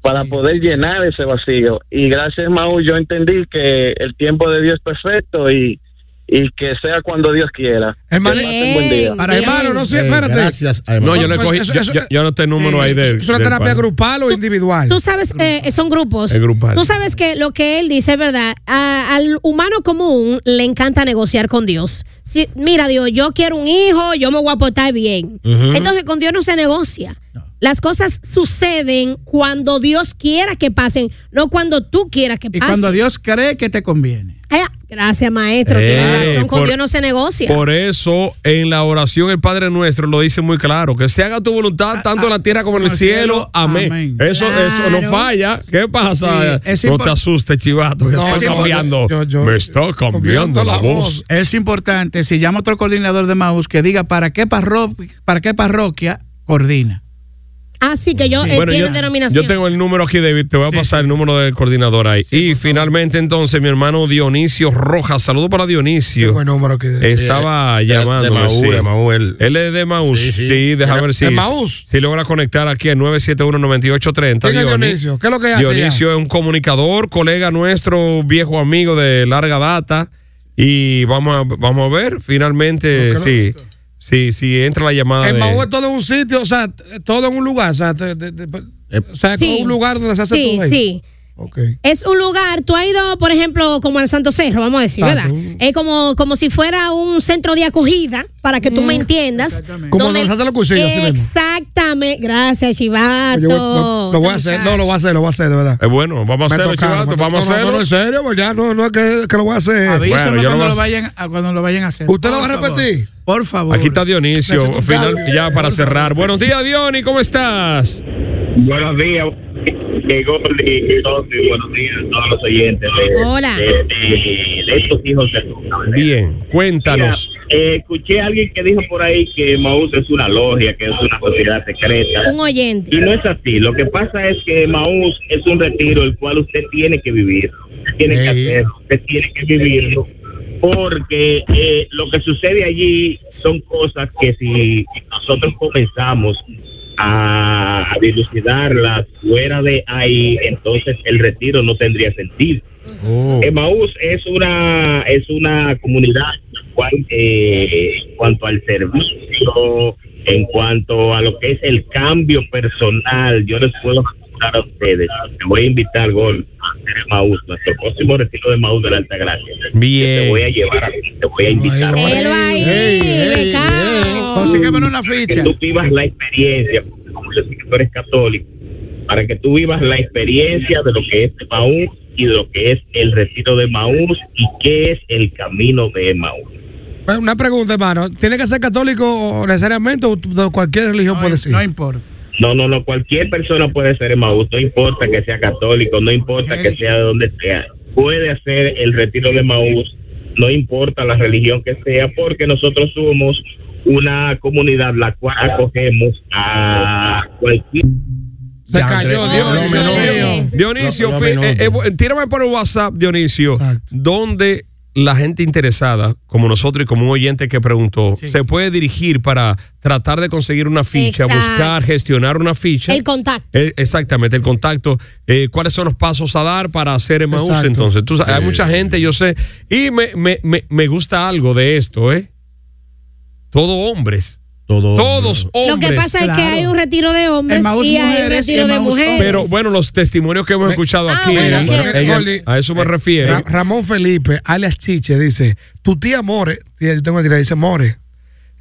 para poder llenar ese vacío y gracias Mau yo entendí que el tiempo de Dios es perfecto y, y que sea cuando Dios quiera. Hermano, Que pasen buen día. para hermano, no sé, Ey, espérate. Eh, gracias, hermano. No, yo le Pues cogí- eso- yo- eso- yo- yo anoté el número ahí de- ¿Es una del terapia pan. grupal o individual? Tú sabes, eh, son grupos. Es grupal. Tú sabes que lo que él dice es verdad. A- al humano común le encanta negociar con Dios. Si, mira, Dios, yo quiero un hijo, yo me voy a portar bien. Ujú. Entonces con Dios no se negocia. Las cosas suceden cuando Dios quiera que pasen, no cuando tú quieras que Y pasen. cuando Dios cree que te conviene. Ah, gracias, maestro. Eh, Tienes razón. Con por- Dios no se negocia. Por eso en la oración el Padre Nuestro lo dice muy claro, que se haga tu voluntad tanto en la tierra como en el cielo. Amén. Eso, eso no falla. ¿Qué pasa? Sí, es no impor- te asustes, chivato, que No, estoy es impor- cambiando. Me está cambiando la voz. Es importante, si llama otro coordinador de Maús, que diga para qué, parro- para qué parroquia coordina. Así que yo eh, Bueno, tiene yo, denominación. yo tengo el número aquí, David. Te voy a pasar el número del coordinador ahí. y finalmente, entonces, mi hermano Dionisio Rojas. Saludo para Dionisio. Buen número que- Estaba De- de- llamando. de Maú, sí. de Maú, él- Él es de Maús. Sí, Sí, sí. deja De- ver si, de Maús. si logra conectar aquí al 971-9830. ¿Quién es Dioni- Dionisio? ¿Qué es lo que hace Dionisio es un comunicador, colega nuestro, viejo amigo de larga data. Y vamos a, vamos a ver finalmente si, si, si entra la llamada. En de- Maú es todo en un sitio, o sea, t- todo en un lugar, o sea, te- te- pues, te- Eh, o sea, es como Sí. un lugar donde se hace Sí, todo ahí. sí. Es un lugar, tú has ido, por ejemplo, como al Santo Cerro, vamos a decir, Exacto. ¿verdad? Es como, como si fuera un centro de acogida, para que tú Mm. me entiendas. Como donde- en el Salto de la Cuchilla, así mismo. Exactamente. Gracias, Oye, pues, voy- lo, Chivato. lo voy a hacer, no, lo voy a hacer, lo voy a hacer, de verdad. Es bueno, vamos a Me hacerlo, tocaron, chivato, me vamos a tocaron. hacerlo. No, no, en serio, pues ya, no, no es que, que lo voy a hacer. Avísenme Bueno, yo cuando, lo lo voy vayan, a- cuando lo vayan a hacer. ¿Usted lo Por va a favor. repetir? Por favor. Aquí está Dionisio, Necesito un final cambio. ya para cerrar. Buenos días, Diony, ¿cómo estás? Buenos días, llegó y y todos, y buenos días a todos los oyentes de, Hola. de, de- de estos hijos de puta, ¿verdad? Bien, cuéntanos. Mira, eh, escuché a alguien que dijo por ahí que Maús es una logia, que es una sociedad secreta. Un oyente. Y no es así. Lo que pasa es que Maús es un retiro el cual usted tiene que vivir. Tiene que hacerlo. Usted tiene que vivirlo. Porque eh, lo que sucede allí son cosas que si nosotros comenzamos a, a dilucidarlas fuera de ahí, entonces el retiro no tendría sentido. Emaús es una es una comunidad en cual- eh, en cuanto al servicio, en cuanto a lo que es el cambio personal. Yo les puedo contar a ustedes. Te voy a invitar, Gol, a hacer Emaús, nuestro próximo retiro de Emaús de la Alta Gracia. Bien. Te voy a llevar, a ti, te voy a invitar. ahí, becao. una ficha. Mm. Que tú vivas la experiencia, porque como yo sé que tú eres católico, para que tú vivas la experiencia de lo que es Maús y de lo que es el retiro de Maús y qué es el camino de Maús. Bueno, Pues, Una pregunta, hermano. ¿Tiene que ser católico necesariamente o tú- de cualquier religión puede ser? No importa. No, no, no, cualquier persona puede ser Maús, no importa que sea católico, no importa que sea de donde sea, puede hacer el retiro de Maús, no importa la religión que sea, porque nosotros somos una comunidad la cual acogemos a cualquier... Se cayó, Dionisio, Dionisio, fi- eh, eh, bu- tírame por WhatsApp, Dionisio, donde la gente interesada, como nosotros y como un oyente que preguntó, se puede dirigir para tratar de conseguir una ficha, Exacto. buscar, gestionar una ficha. El contacto. Eh, Exactamente, el contacto. eh, ¿Cuáles son los pasos a dar para hacer Emmaus? Exacto. Entonces, tú sabes, hay mucha gente, yo sé. Y me, me- me- me gusta algo de esto, ¿eh? Todo hombres. Todos hombres. Lo que pasa es que hay un retiro de hombres Emmaus y hay un mujeres, retiro de Emmaus mujeres. Pero bueno, los testimonios que hemos Ah, escuchado aquí, bueno, eh, que- ella- Gordy, a eso me refiero. Ra- Ramón Felipe, alias Chiche, dice, tu tía More, tía, yo tengo el tía, dice More,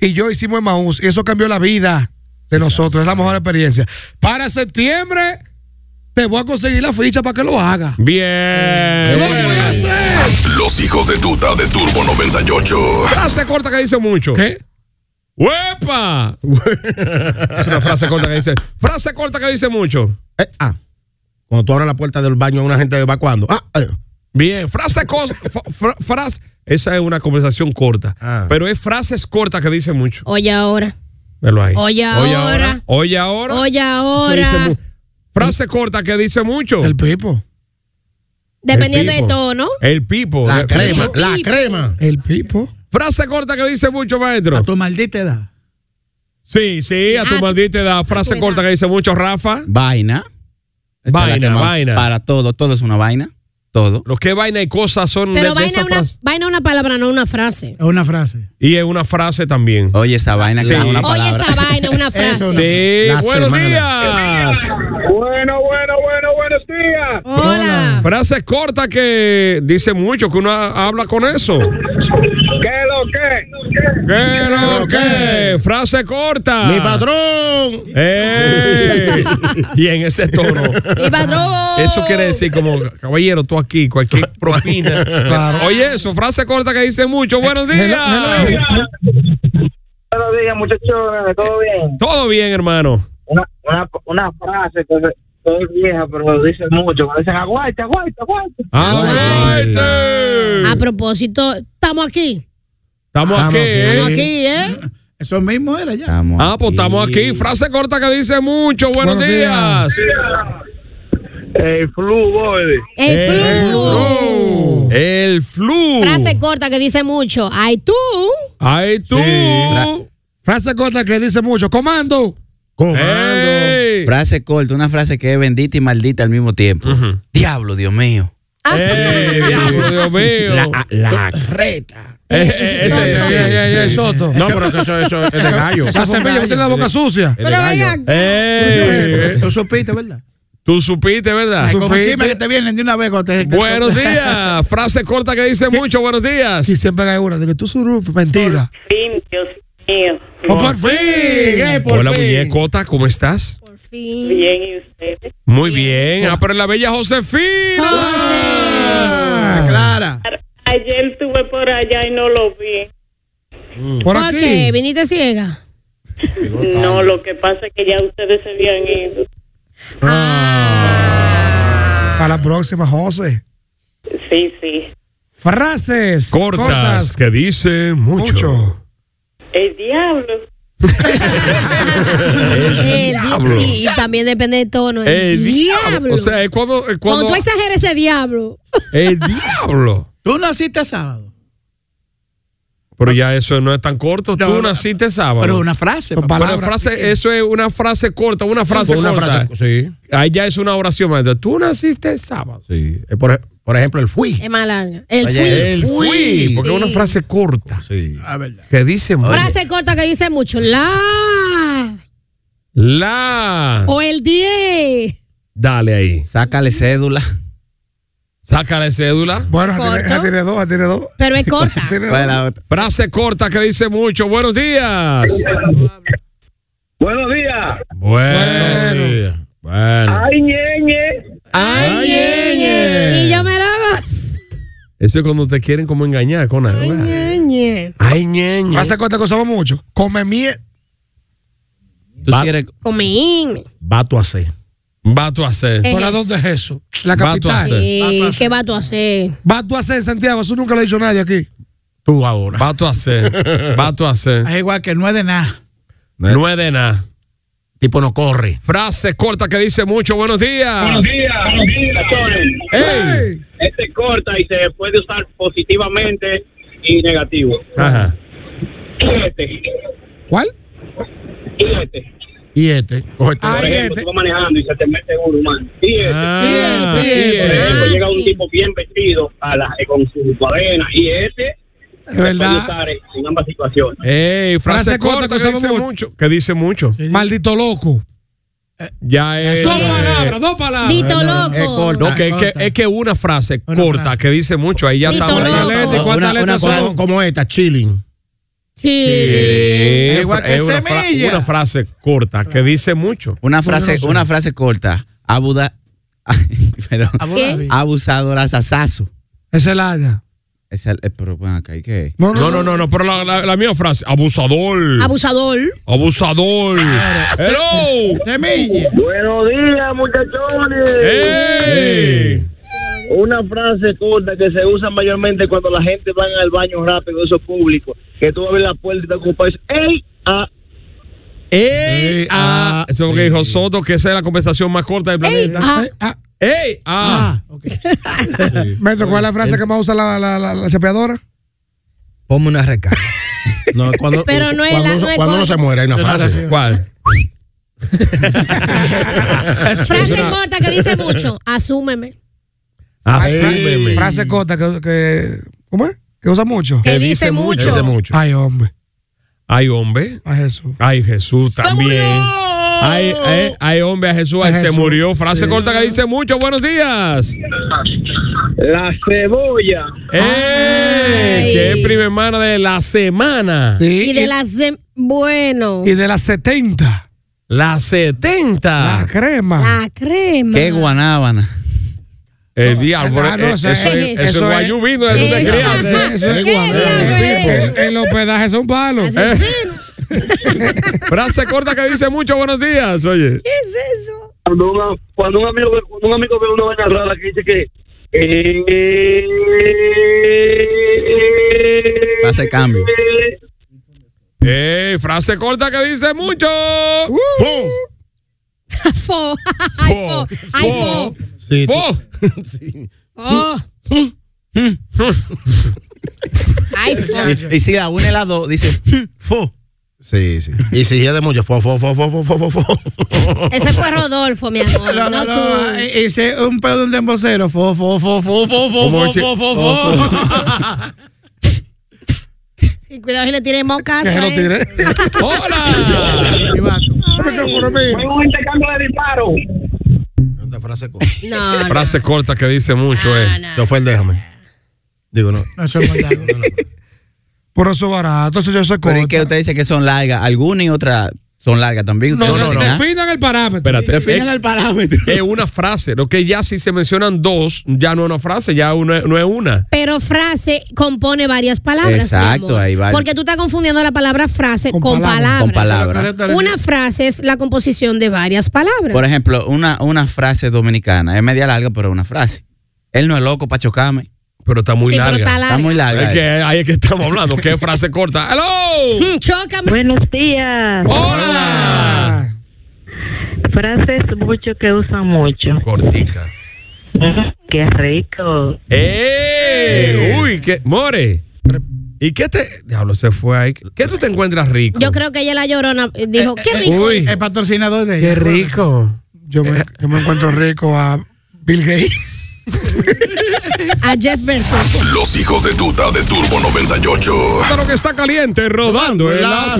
y yo hicimos Maús, y eso cambió la vida de nosotros, es la mejor experiencia. Para septiembre te voy a conseguir la ficha para que lo haga. Bien. Los hijos de tuta de Turbo 98. Frase corta que dice mucho. ¿Qué? ¡Huepa! es una frase corta que dice. Frase corta que dice mucho. Eh, ah. Cuando tú abres la puerta del baño, una gente va cuando. Ah, eh. Bien, frase cosa, frase. Esa es una conversación corta. Pero es frases cortas que dice mucho. Oye ahora. Velo ahí. Oye ahora. Oye ahora. Oye Que dice ahora. mu- Frase corta que dice mucho. El Pipo. Dependiendo El de pipo. tono. El pipo. La El crema, pipo. la crema. El pipo. Frase corta que dice mucho, maestro. A tu maldita edad. Sí, sí, a tu ah, maldita edad. Frase corta que dice mucho, Rafa. Vaina. Esa es la Vaina, que más- vaina. Para todo, todo es una vaina. Todo. Lo que vaina y cosas Mm, son de, Pero de vaina esa es una, frase. vaina una palabra, no una frase. Es una frase. Y es una frase también. Oye, esa vaina que es una Oye, esa vaina, una frase. Sí, La buenos semana. días. Bueno, bueno, bueno, buenos días. Hola. Frase corta que dice mucho, que uno ha- habla con eso. ¿Qué lo que? ¿Qué lo que? Frase corta. Mi patrón. ¡Ey! y en ese tono. Mi patrón. Eso quiere decir como, caballero, tú aquí, cualquier propina. Claro. Oye, eso, frase corta que dice mucho. Buenos días. Buenos días, muchachos. ¿Todo bien? Todo bien, hermano. Una, una, una frase que se- que es vieja, pero lo dicen mucho. Cuando dicen, aguanta, aguanta, aguanta. A propósito, estamos aquí. Estamos aquí, ¿eh? Estamos aquí, ¿eh? Eso mismo era ya. ah, pues estamos aquí. Frase corta que dice mucho. Buenos, Buenos días. El flu, boy. El Eh, flu. El flu. Frase corta que dice mucho. Ay, tú. Ay, tú. Frase corta que dice mucho. Comando. Frase corta, una frase que es bendita y maldita al mismo tiempo. Diablo, Dios mío. Eh, Dios mío. La, la Eh, Eh, Soto. No, pero que eso, eso es de gallo. Eso es bello, usted tiene la boca sucia. Pero venga. Ey. Tú supiste, ¿verdad? Eh. Tú supiste, ¿verdad? Ay, como chisme que te vienen de una vez cuando te- te- Buenos días. Frase corta que dice mucho. Buenos días. Y siempre hay una de que tú surupes, mentira. Fin, Dios mío. Oh, por fin. eh, por Hola, fin. muñecota. ¿Cómo estás? Bien, ¿y ustedes? Muy bien. Ah, pero la bella Josefina. Ah, Ah. Clara. Ayer estuve por allá y no lo vi. ¿Por, Ah. qué? ¿Viniste ciega? No, lo que pasa es que ya ustedes se habían ido. Para la próxima, José. Sí, sí. Frases Cortas, que dice mucho. El diablo. El diablo. diablo. Sí, y también depende del tono. El, El diablo. diablo. O sea, es cuando. es cuando, cuando- tú exageres ese diablo. El diablo. Tú naciste sábado. Pero ya eso no es tan corto. No, Tú no. naciste sábado. Pero una frase, Pero palabra. una frase, eso es una frase corta, una frase Una corta. frase, sí. Ahí ya es una oración, maestra. Tú naciste sábado. Sí. Eh, Por, por ejemplo, el fui. Es más larga. El Oye, fui. el fui, Porque es una Sí. frase corta. Ah, Sí. Que dice mucho. Frase corta que dice mucho. La. La. O el 10. Dale ahí. Sácale cédula. Sácale cédula. Bueno, Corto. Ah, tiene, ya tiene dos, ya tiene dos. Pero es corta. Frase corta que dice mucho. Buenos días. Buenos días. Buenos días. Bueno. Ay, ñeñe. Ay, ñeñe. Y yo me la gozo. Eso es cuando te quieren como engañar con algo. Ñe. Ay, ñeñe. Frase corta que usamos mucho. Come mierda. Tú quieres Comíme. Vato a hacer. Vato a hacer. Es ¿Para eso. dónde es eso? La Vato a capital. hacer. Eh, Sí, ¿Qué va tú a hacer? Vato a hacer, Santiago. Eso nunca lo ha dicho nadie aquí. Tú ahora. Vato a hacer. Vato a hacer. Es igual que no es de nada. No es de nada. Tipo no corre. Frase corta que dice mucho. Buenos días. Buenos días. Buenos días, Chore. Ey. Este corta y se puede usar positivamente y negativo. Ajá. Este. ¿Cuál? Y este. Y este. Coge este. Por ejemplo, tú vas manejando y se te mete uno, man. Y este. Ah, Y este. y Por este. ejemplo, Ah, llega sí. un tipo bien vestido a la, con su cadena. Y este. Es verdad. Se puede usar en ambas situaciones. Ey, frase, Frase corta corta, que que usamos dice mucho. mucho. Que dice mucho. Maldito loco. Ya es. Dos eh, palabras, dos palabras. Dito eh, loco. No, que, que- es que una frase corta que dice mucho. Ahí ya Dito estamos. loco. Ahí ya- Una, una como, como esta, chilling. Eh, Es igual que es una, fra- semilla. una frase corta que dice mucho. Una frase, una frase corta. Abuda, perdón. ¿Qué? Abusadora sasazo. Esa es larga. Esa, eh, pero bueno, acá hay que. No, no, no, no, pero la, la- la mía frase, abusador. Abusador. abusador. Hello. Semilla. Buenos días, muchachones. Ey. Una frase corta que se usa mayormente cuando la gente va al baño rápido, eso es público. Que tú abres la puerta y te ocupas. ¡Ey! ¡Ah! Ey, ah, eso es lo que dijo Soto, que esa es la conversación más corta del planeta. ah. Ah, ¡Ey! ¡Ah! Metro, ¿cuál es la frase que más usa la, la, la, la chapeadora? Ponme una recarga. No, cuando, Pero no es cuando la- uno- no es cuando uno con- se muere, hay una No, no, frase. no. ¿Cuál? Frase Es una- corta que dice mucho. Asúmeme. Frase- Frase corta que, que- ¿Cómo es? Que usa mucho. Que Que dice dice mucho. mucho. Dice mucho. Ay, hombre. Ay, hombre. Ay, Jesús. Ay, Jesús también. Ay, eh, ay, hombre, a Jesús, ay, se Jesús. murió. Frase Sí. corta que dice mucho. Buenos días. La cebolla. ¡Ey! ¡Eh! Que es prima hermana de la semana. Y de las. de- Bueno. Y de las 70. La 70. La crema. La crema. Qué guanábana. El diablo. Ah, no, eh, eso eso, es- es, eso eso es es- guayubino de donde Eso- criaste. eso es guapo. El el hospedaje es un palo. Frase corta que dice mucho. Buenos días. Oye. Cuando, una- cuando un amigo cuando un amigo ve una vaina rara que dice que eh, Pase cambio. ¡Ey! Frase corta que dice mucho. Uh. ¡Pum! Fo. Ay, fo. Ay, fo. Sí, tú- ¡Pum! Oh. Ay, fo. Y, y si la une la dos, dice, fu. Sí, sí. Y si es de mucho, fo, fo, fo, fo, fo, fo, fo, fo. Ese fue Rodolfo, mi amor. No, tú. Hice un pedo de un embocero. Fo, fo, fo, fo, eh, fo, fo, Como fo, che- fo, fo, Oh, fo. Sí, cuidado si le tiré mocas. Que se lo ¿eh? tiré. Un intercambio de disparos. Frase corta. No, no. Frase corta que dice mucho. eh. Se fue el déjame. Digo, no. Eso es verdad. Por eso barato, eso yo soy Pero corta. es que usted dice que son largas. Alguna y otra son largas también. No, Usted no, dice, no. ¿ah? Definan el parámetro. Espérate. Definan Es- el parámetro. Es una frase. Lo que ya si se mencionan dos, ya no es una frase, ya uno es- no es una. Pero frase compone varias palabras. mi Exacto, amor. ahí va. Porque tú estás confundiendo la palabra frase con, palabras. palabras. Con palabras. Eso es lo que- Una frase es la composición de varias palabras. Por ejemplo, una, una frase dominicana. Es media larga, pero es una frase. Él no es loco para chocarme. Pero está muy Sí, pero larga. está larga. muy larga. Es que ahí es que estamos hablando. ¿Qué frase corta? ¡Hello! Mm, chócame. Buenos días. ¡Hola! Frases mucho que usan mucho. Cortica. Qué rico. ¡Eh! Uy, qué. More. ¿Y qué te. Diablo, se fue ahí. ¿Qué tú te encuentras rico? Yo creo que ella la llorona eh, dijo, qué rico. uy. eso". El patrocinador de Qué ella. rico. Yo me, yo me encuentro rico a Bill Gates. A Jeff Bezos. Los hijos de tuta de Turbo 98. Claro que está caliente, rodando en las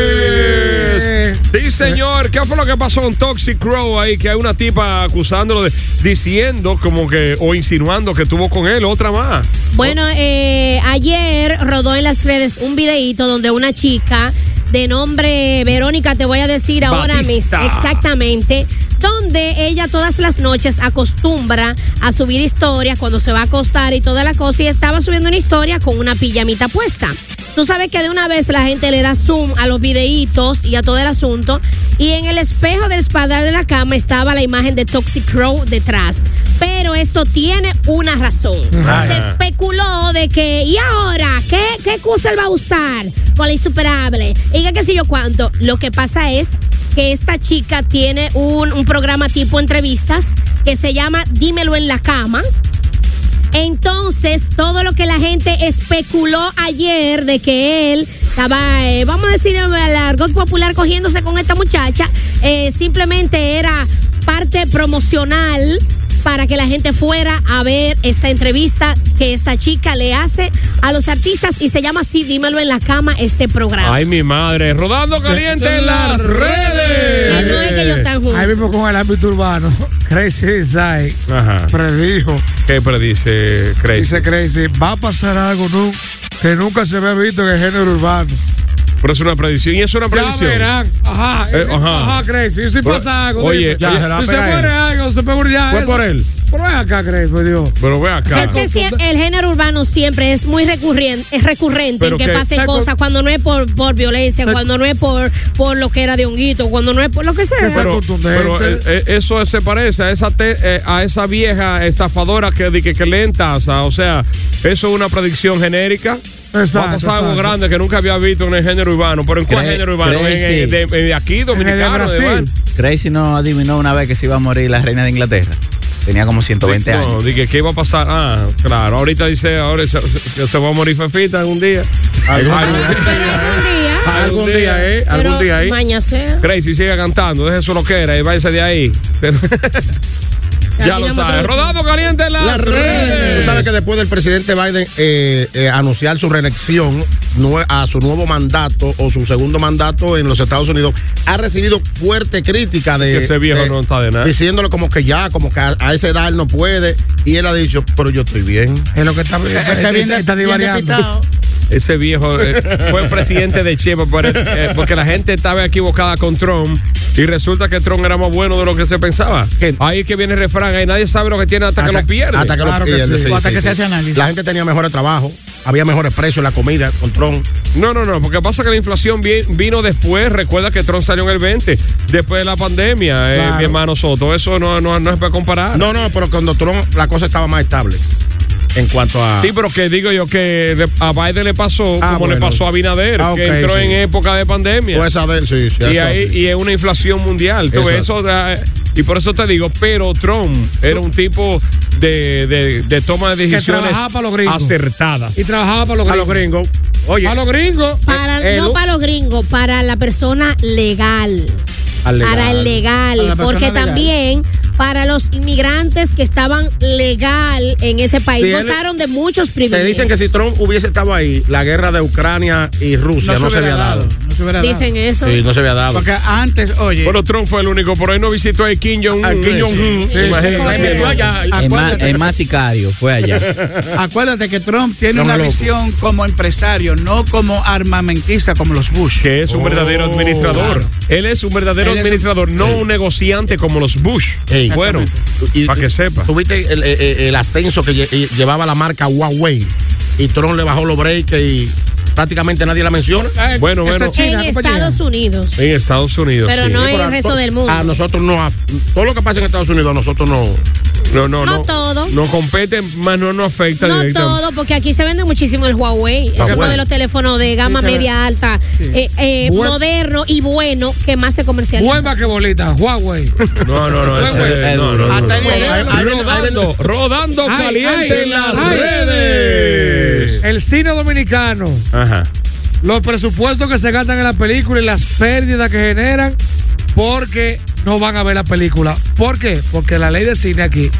redes. Sí, señor. ¿Qué fue lo que pasó con Toxic Crow ahí? Que hay una tipa acusándolo de. diciendo como que. o insinuando que tuvo con él otra más. Bueno, eh, ayer rodó en las redes un videíto donde una chica de nombre Verónica, te voy a decir ahora mismo, Batista. exactamente, donde ella todas las noches acostumbra a subir historias cuando se va a acostar y toda la cosa, y estaba subiendo una historia con una pijamita puesta. Tú sabes que de una vez la gente le da zoom a los videitos y a todo el asunto, y en el espejo del espaldar de la cama estaba la imagen de Toxic Crow detrás. Pero esto tiene una razón. Ajá. Se especuló de que, ¿y ahora? ¿Qué, qué excusa él va a usar con la insuperable? Y que qué sé yo cuánto. Lo que pasa es que esta chica tiene un, un programa tipo entrevistas que se llama Dímelo en la cama. Entonces, todo lo que la gente especuló ayer de que él estaba, eh, vamos a decir, en el argot popular cogiéndose con esta muchacha, eh, simplemente era parte promocional para que la gente fuera a ver esta entrevista que esta chica le hace a los artistas y se llama así, dímelo en la cama, este programa. Ay, mi madre. Rodando caliente en Ah. las Ay, Ah, no es que ellos redes. están juntos. Ahí mismo con el ámbito urbano. Crazy Inside Ajá. predijo, ¿Qué predice Crazy? dice Crazy, va a pasar algo nu- que nunca se había visto en el género urbano. Pero es una predicción. Y es una Ya predicción. verán. Ajá. Eh, y- ajá. ajá. Crazy. Y si Pero- pasa algo. oye, dime. ya, será si se pega él. muere algo, se puede ya. Fue eso. por él. Pero ven acá, Crazy, por Dios. Pero ve acá. Es que sí, el género urbano siempre es muy recurrente, es recurrente Pero en que, que- pasen Está con- cosas cuando no es por, por violencia, Está- cuando no es por, por lo que era de honguito, cuando no es por lo que sea. Pero, pero, eh, eh, eso se parece a esa, te- eh, a esa vieja estafadora que, di- que, que le entaza. O sea, eso es una predicción genérica. Va a pasar algo grande que nunca había visto en el género urbano. ¿Pero en cuál Cra- género urbano? ¿En, crazy. en- de, en de aquí, dominicano? de Val- Crazy no adivinó una vez que se iba a morir la reina de Inglaterra. Tenía como 120 años. No, dije, ¿qué iba a pasar? Ah, claro. Ahorita dice, ahora se, se- se va a morir Fefita algún día. Algún, Algún día. algún día, ¿eh? Algún pero día, ¿eh? Mañana sea. Crazy sigue cantando, deje su loquera y váyase de ahí. ya lo Caminamos sabe. otro- Rodado caliente en las, Las Eh. redes. Tú sabes que después del presidente Biden eh, eh, anunciar su reelección nue- a su nuevo mandato o su segundo mandato en los Estados Unidos, ha recibido fuerte crítica de. Que ese viejo de- no está de nada. Diciéndole como que ya, como que a, a esa edad él no puede. Y él ha dicho, pero yo estoy bien. Es lo que está, Eh, está bien- está divariando. Ese viejo eh, fue presidente de Chile por- eh, porque la gente estaba equivocada con Trump y resulta que Trump era más bueno de lo que se pensaba. Ahí es que viene el refrán, ahí nadie sabe lo que tiene hasta, que lo pierde. Hasta que lo pierde, sí, sí, sí. análisis. La gente tenía mejores trabajos, había mejores precios en la comida con Trump. No, no, no, porque pasa que la inflación vi- vino después. Recuerda que Trump salió en el 20, después de la pandemia, eh, Claro. mi hermano Soto. Eso no, no, no es para comparar. No, no, pero cuando Trump la cosa estaba más estable en cuanto a. Sí, pero que digo yo que le- a Biden le pasó Ah, como le bueno. pasó a Binader, Ah, ok, que entró sí. en época de pandemia. Pues a ver, sí, sí, y, eso ahí, sí. y es una inflación mundial. Tú Eso ves, eso da- y por eso te digo, pero Trump era un tipo de, de- de toma de Que decisiones trabajaba para los gringos. acertadas. Y trabajaba para los Para los gringos. Oye. Para los gringos. Para, Eh, no Elu. para los gringos, para la persona legal. Al Ah, legal. Para el legal. Para la persona porque legal. también para los inmigrantes que estaban legal en ese país Sí, él- gozaron de muchos Te privilegios. dicen que si Trump hubiese estado ahí, la guerra de Ucrania y Rusia no, se había dado. No se hubiera dado. Dicen eso. Sí, no se había dado. Porque antes, oye. Bueno, Trump fue el único, por ahí no visitó a Kim Jong-un. A Kim Jong-un. Sí, Sí, imagínate. sí, Ahí sí. metió allá. El más, Acuérdate. el más sicario fue allá. Acuérdate que Trump tiene No me una loco. visión como empresario, no como armamentista, como los Bush. Oh. Que es un verdadero administrador. Él es un verdadero Él es un- administrador, no un negociante como los Bush. Bueno, para que sepa. Tuviste el, eh, eh, el ascenso que lle- eh, llevaba la marca Huawei y Trump le bajó los breaks y prácticamente nadie la menciona. Bueno, bueno. en Estados Unidos. En Estados Unidos. Pero sí. no en pero el a resto to- del mundo. A nosotros no. af- Todo lo que pasa en Estados Unidos a nosotros no. No, no, No no. todo. No compete, más no nos afecta No directamente. todo, porque aquí se vende muchísimo el Huawei. Es uno bueno. de los teléfonos de gama se ve. media alta, eh, eh, Buen- moderno y bueno, que más se comercializa. Buen vaquebolita, Huawei. No, no, no. Buen ese- güey. no, no, no, Hasta no. ahí. Ahí- ahí- Rodando, rodando Ay, caliente ay, en las ay. redes. El cine dominicano, Ajá. los presupuestos que se gastan en la película y las pérdidas que generan porque no van a ver la película. ¿Por qué? Porque la ley de cine aquí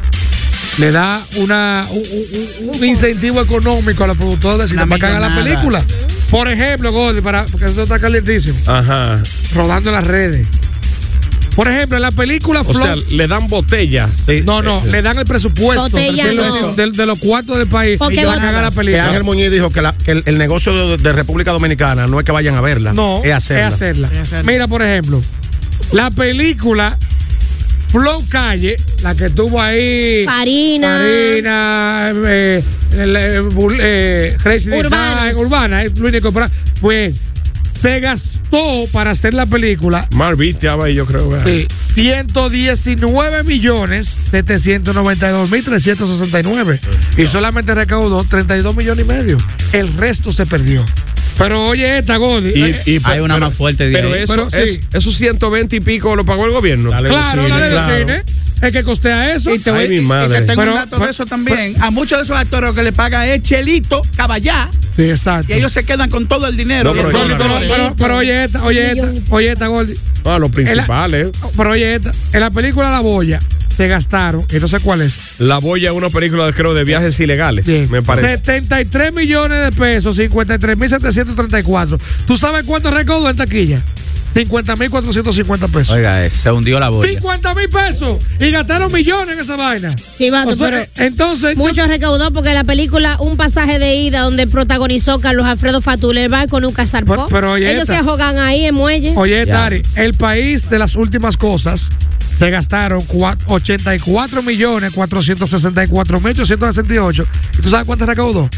le da una, un, un- un- un incentivo económico a los productores de cine Una para que hagan la millonada. película. Por ejemplo, Gordy, para, porque esto está calientísimo, Ajá. rodando en las redes. Por ejemplo, en la película O Flow. sea, le dan botella. No, eh, no, le dan el presupuesto Botella de los, no. de- de los cuartos del país Porque y van a botella- cagar la Que película. Ángel Muñiz dijo que, la- que el, el negocio de, de República Dominicana no es que vayan a verla, No, es hacerla. Mira, por ejemplo, la película Flow Calle, la que tuvo ahí. Farina. Farina, eh, el, eh, Bul- eh, Crazy Urbanos. Design, Urbana, eh, Luis Nico Prat. Pues se gastó para hacer la película. Marvin te habla ahí, yo creo. ¿verdad? Sí, 119 millones 792 mil 369 y solamente recaudó 32 millones y medio. El resto se perdió. Pero oye esta, Gordy. Y- Eh, y- Hay una más fuerte de Pero ahí. eso, Pero sí. es- esos 120 y pico lo pagó el gobierno. Claro, la ley de cine es que costea eso. Y te voy Ay, mi y- y madre. te tengo Pero- un dato de eso también. a muchos de esos actores lo que le pagan es chelito, caballá, Sí, exacto. y ellos se quedan con todo el dinero. No, pero Y yo- el- Pero, pero- pero oye esta, oye esta, oye esta, Gordy. Ah, los En la- principales. Pero oye esta, en la película La Boya se gastaron, y no sé cuál es, La Boya es una película, creo, de viajes ilegales. Me parece. 73 millones de pesos, 53.734. ¿Tú sabes cuánto recaudó en taquilla? 50.450 pesos. Oiga, eh, se hundió la boya. 50 mil pesos y gastaron millones en esa vaina. Sí, vato, O sea, pero- entonces, Mucho recaudó porque la película Un pasaje de ida donde protagonizó Carlos Alfredo Fatul, el barco nunca zarpó. Pero- pero oye Ellos esta. se ahogan ahí en muelle. oye, Dari, el país de las últimas cosas te gastaron 84 millones 464 mil 868. ¿Y tú sabes cuánto recaudó?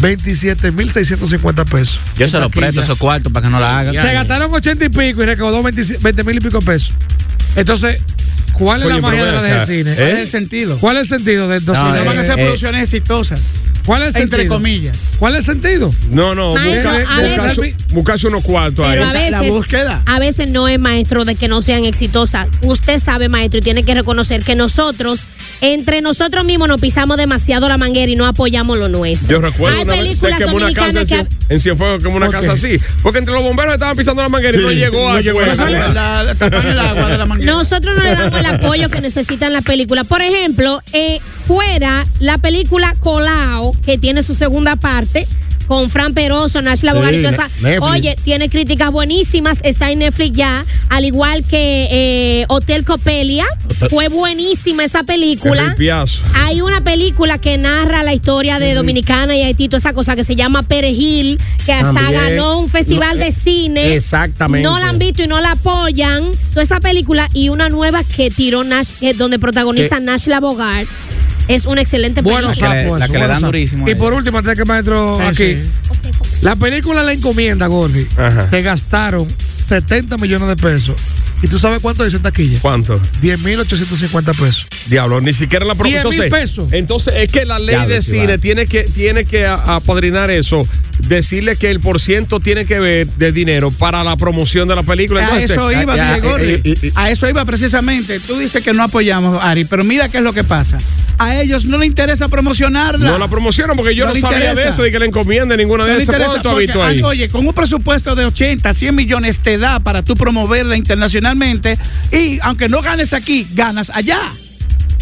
27 mil 650 pesos. Yo se lo Taquilla. presto esos cuartos para que no la hagan. Se gastaron 80 y pico y recaudó 20, mil y pico pesos. Entonces, ¿cuál es Oye, la magia pero de la ven de acá, cine? ¿eh? ¿Cuál es el sentido? ¿Cuál es el sentido de No, entonces? eh, van a ser producciones exitosas. ¿Cuál es el Entre sentido? comillas. ¿Cuál es el sentido? No, no, Maestro, busca- a veces- buscarse, buscarse unos cuartos ahí. Pero a veces, a veces no es maestro de que no sean exitosas. Usted sabe, maestro, y tiene que reconocer que nosotros, entre nosotros mismos, nos pisamos demasiado la manguera y no apoyamos lo nuestro. Yo recuerdo Hay una vez se películas quemó una casa en, dominicanas que... Cien- en Cienfuegos, quemó una Ok. casa así. Porque entre los bomberos estaban pisando la manguera y no Sí, llegó no a llegó a la- Nosotros no le damos el apoyo que necesitan las películas. Por ejemplo, eh, fuera la película Colao, que tiene su segunda parte. Con Fran Peroso, Nachla Sí, Bogart y toda Ne- esa. Netflix. Oye, tiene críticas buenísimas, está en Netflix ya, al igual que eh, Hotel Copelia. Hotel- Fue buenísima esa película. El piazo. Hay una película que narra la historia de Dominicana y Haití, toda esa cosa que se llama Perejil, que hasta También. ganó un festival No, de eh, cine. exactamente. No la han visto y no la apoyan. Toda esa película y una nueva que tiró Nash, eh, donde protagoniza Eh. Nashla Bogart. Es una excelente Bueno, película. sapo eso, bueno, sapo. Y por último, antes de que maestro aquí. La película La Encomienda, Gordy. Se gastaron 70 millones de pesos. ¿Y tú sabes cuánto dice en taquilla? ¿Cuánto? 10.850 pesos. Diablo, ni siquiera la pro- 10.000 Entonces, pesos. entonces es que la ley Diablo, de Chivato. cine tiene que, tiene que a- apadrinar eso, decirle que el por ciento tiene que ver de dinero para la promoción de la película. A Entonces, eso iba, ya, Diego, eh, eh, eh, A eso iba precisamente. Tú dices que no apoyamos, Ari, pero mira qué es lo que pasa. A ellos no les interesa promocionarla. No la promocionan porque yo no, les sabía de interesa. eso y que le encomienda ninguna de No le esas. interesa, ¿Cuánto tú has porque, visto ahí? ay, Oye, con un presupuesto de 80, 100 millones te da para tú promoverla internacionalmente y aunque no ganes aquí, ganas allá.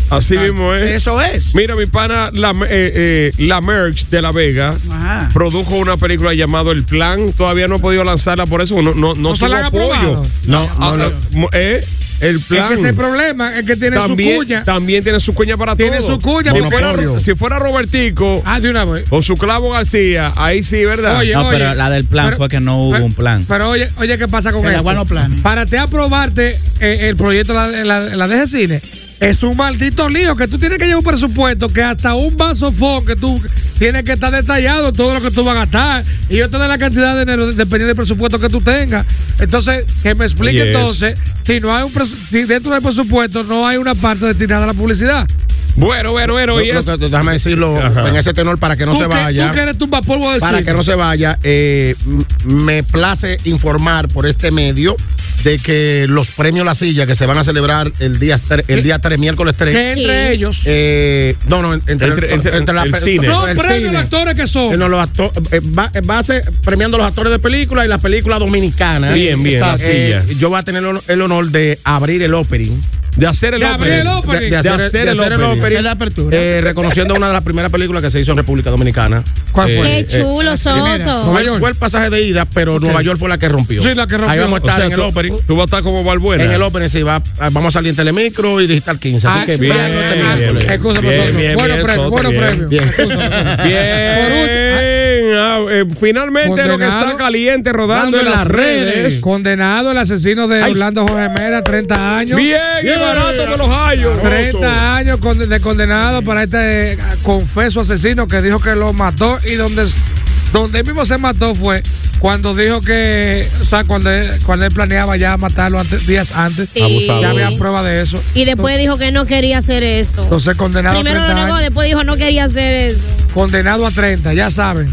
Así mismo es. Eso es. Mira, mi pana, la, eh, eh, la Merx de La Vega Ajá. produjo una película llamada El Plan. Todavía no ha podido lanzarla por eso. No, no, no, ¿No se tuvo la han apoyo. aprobado? No, no, no. Eh, el plan. Es que ese es el problema, es que tiene también, su cuña. También tiene su cuña para Tiene todo. su cuña, Ah, Si monopolio. fuera, si fuera Robertico. O su clavo García. Ahí sí, ¿verdad? no, pero la del plan fue que no hubo un plan. Pero oye, oye, ¿qué pasa con El esto? agua no plana. Para te aprobarte eh, el proyecto la, la, la DG Cine, es un maldito lío que tú tienes que llevar un presupuesto que hasta un vasofón que tú tienes que estar detallado todo lo que tú vas a gastar y yo te doy la cantidad de dinero dependiendo del presupuesto que tú tengas. Entonces, que me explique Oye, entonces, si no hay un presu- si dentro del presupuesto no hay una parte destinada a la publicidad. Bueno, bueno, bueno. y Yo- yo- es- déjame decirlo Ajá. en ese tenor para que no Tú se que- vaya. tú que eres tumbapolvo de Para cine. que no se vaya, eh, m- me place informar por este medio de que los premios La Silla que se van a celebrar el día tre- el día 3, miércoles 3. que entre Sí. ellos? Eh, no, no, en- entre, Entre- entre- el cine. No, premios de actores que son. Eh, no, los acto- eh, va, eh, va a ser premiando los actores de película y las películas dominicanas. Bien, bien, La Eh, Silla. yo voy a tener el honor- el honor de abrir el opening. De hacer el De abrir el opening. opening. De- de hacer- de hacer el opening. Esa es la apertura. Eh, reconociendo una de las primeras películas que se hizo en República Dominicana. ¿Cuál eh, fue? Qué chulo, Soto. Nueva Fue, fue el pasaje de ida, pero Nueva York fue la que rompió. Sí, la que rompió. Ahí vamos a O estar sea, en el tú- opening. Tú vas a estar como Balbuena. En el opening, sí, va, ah, vamos a salir en Telemicro y Digital 15. Así Ah, que bien, vayan este bien, miércoles. bien. Escúchame, Bien, Soto. bien, bien, Soto, bien. Bien. Bien. Ah, eh, finalmente lo que está caliente rodando en las redes. Condenado el asesino de Ay. Orlando Jorge Mera, 30 años. Bien, y barato me los hallo. 30 años con- de condenado para este eh, confeso asesino que dijo que lo mató y donde, donde él mismo se mató fue cuando dijo que, o sea, cuando él, cuando él planeaba ya matarlo antes- días antes. Sí. Abusador. Ya había prueba de eso. Y después dijo que no quería hacer eso. Entonces condenado a Primero lo 30 negó, años. después dijo no quería hacer eso. Condenado a 30, ya saben.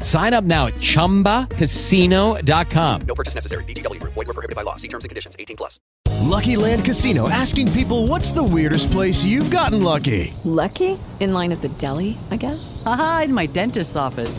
Sign up now at ChumbaCasino.com. No purchase necessary. BGW. Void were prohibited by law. See terms and conditions. 18 plus. Lucky Land Casino asking people what's the weirdest place you've gotten lucky? Lucky? In line at the deli, I guess? Aha, in my dentist's office.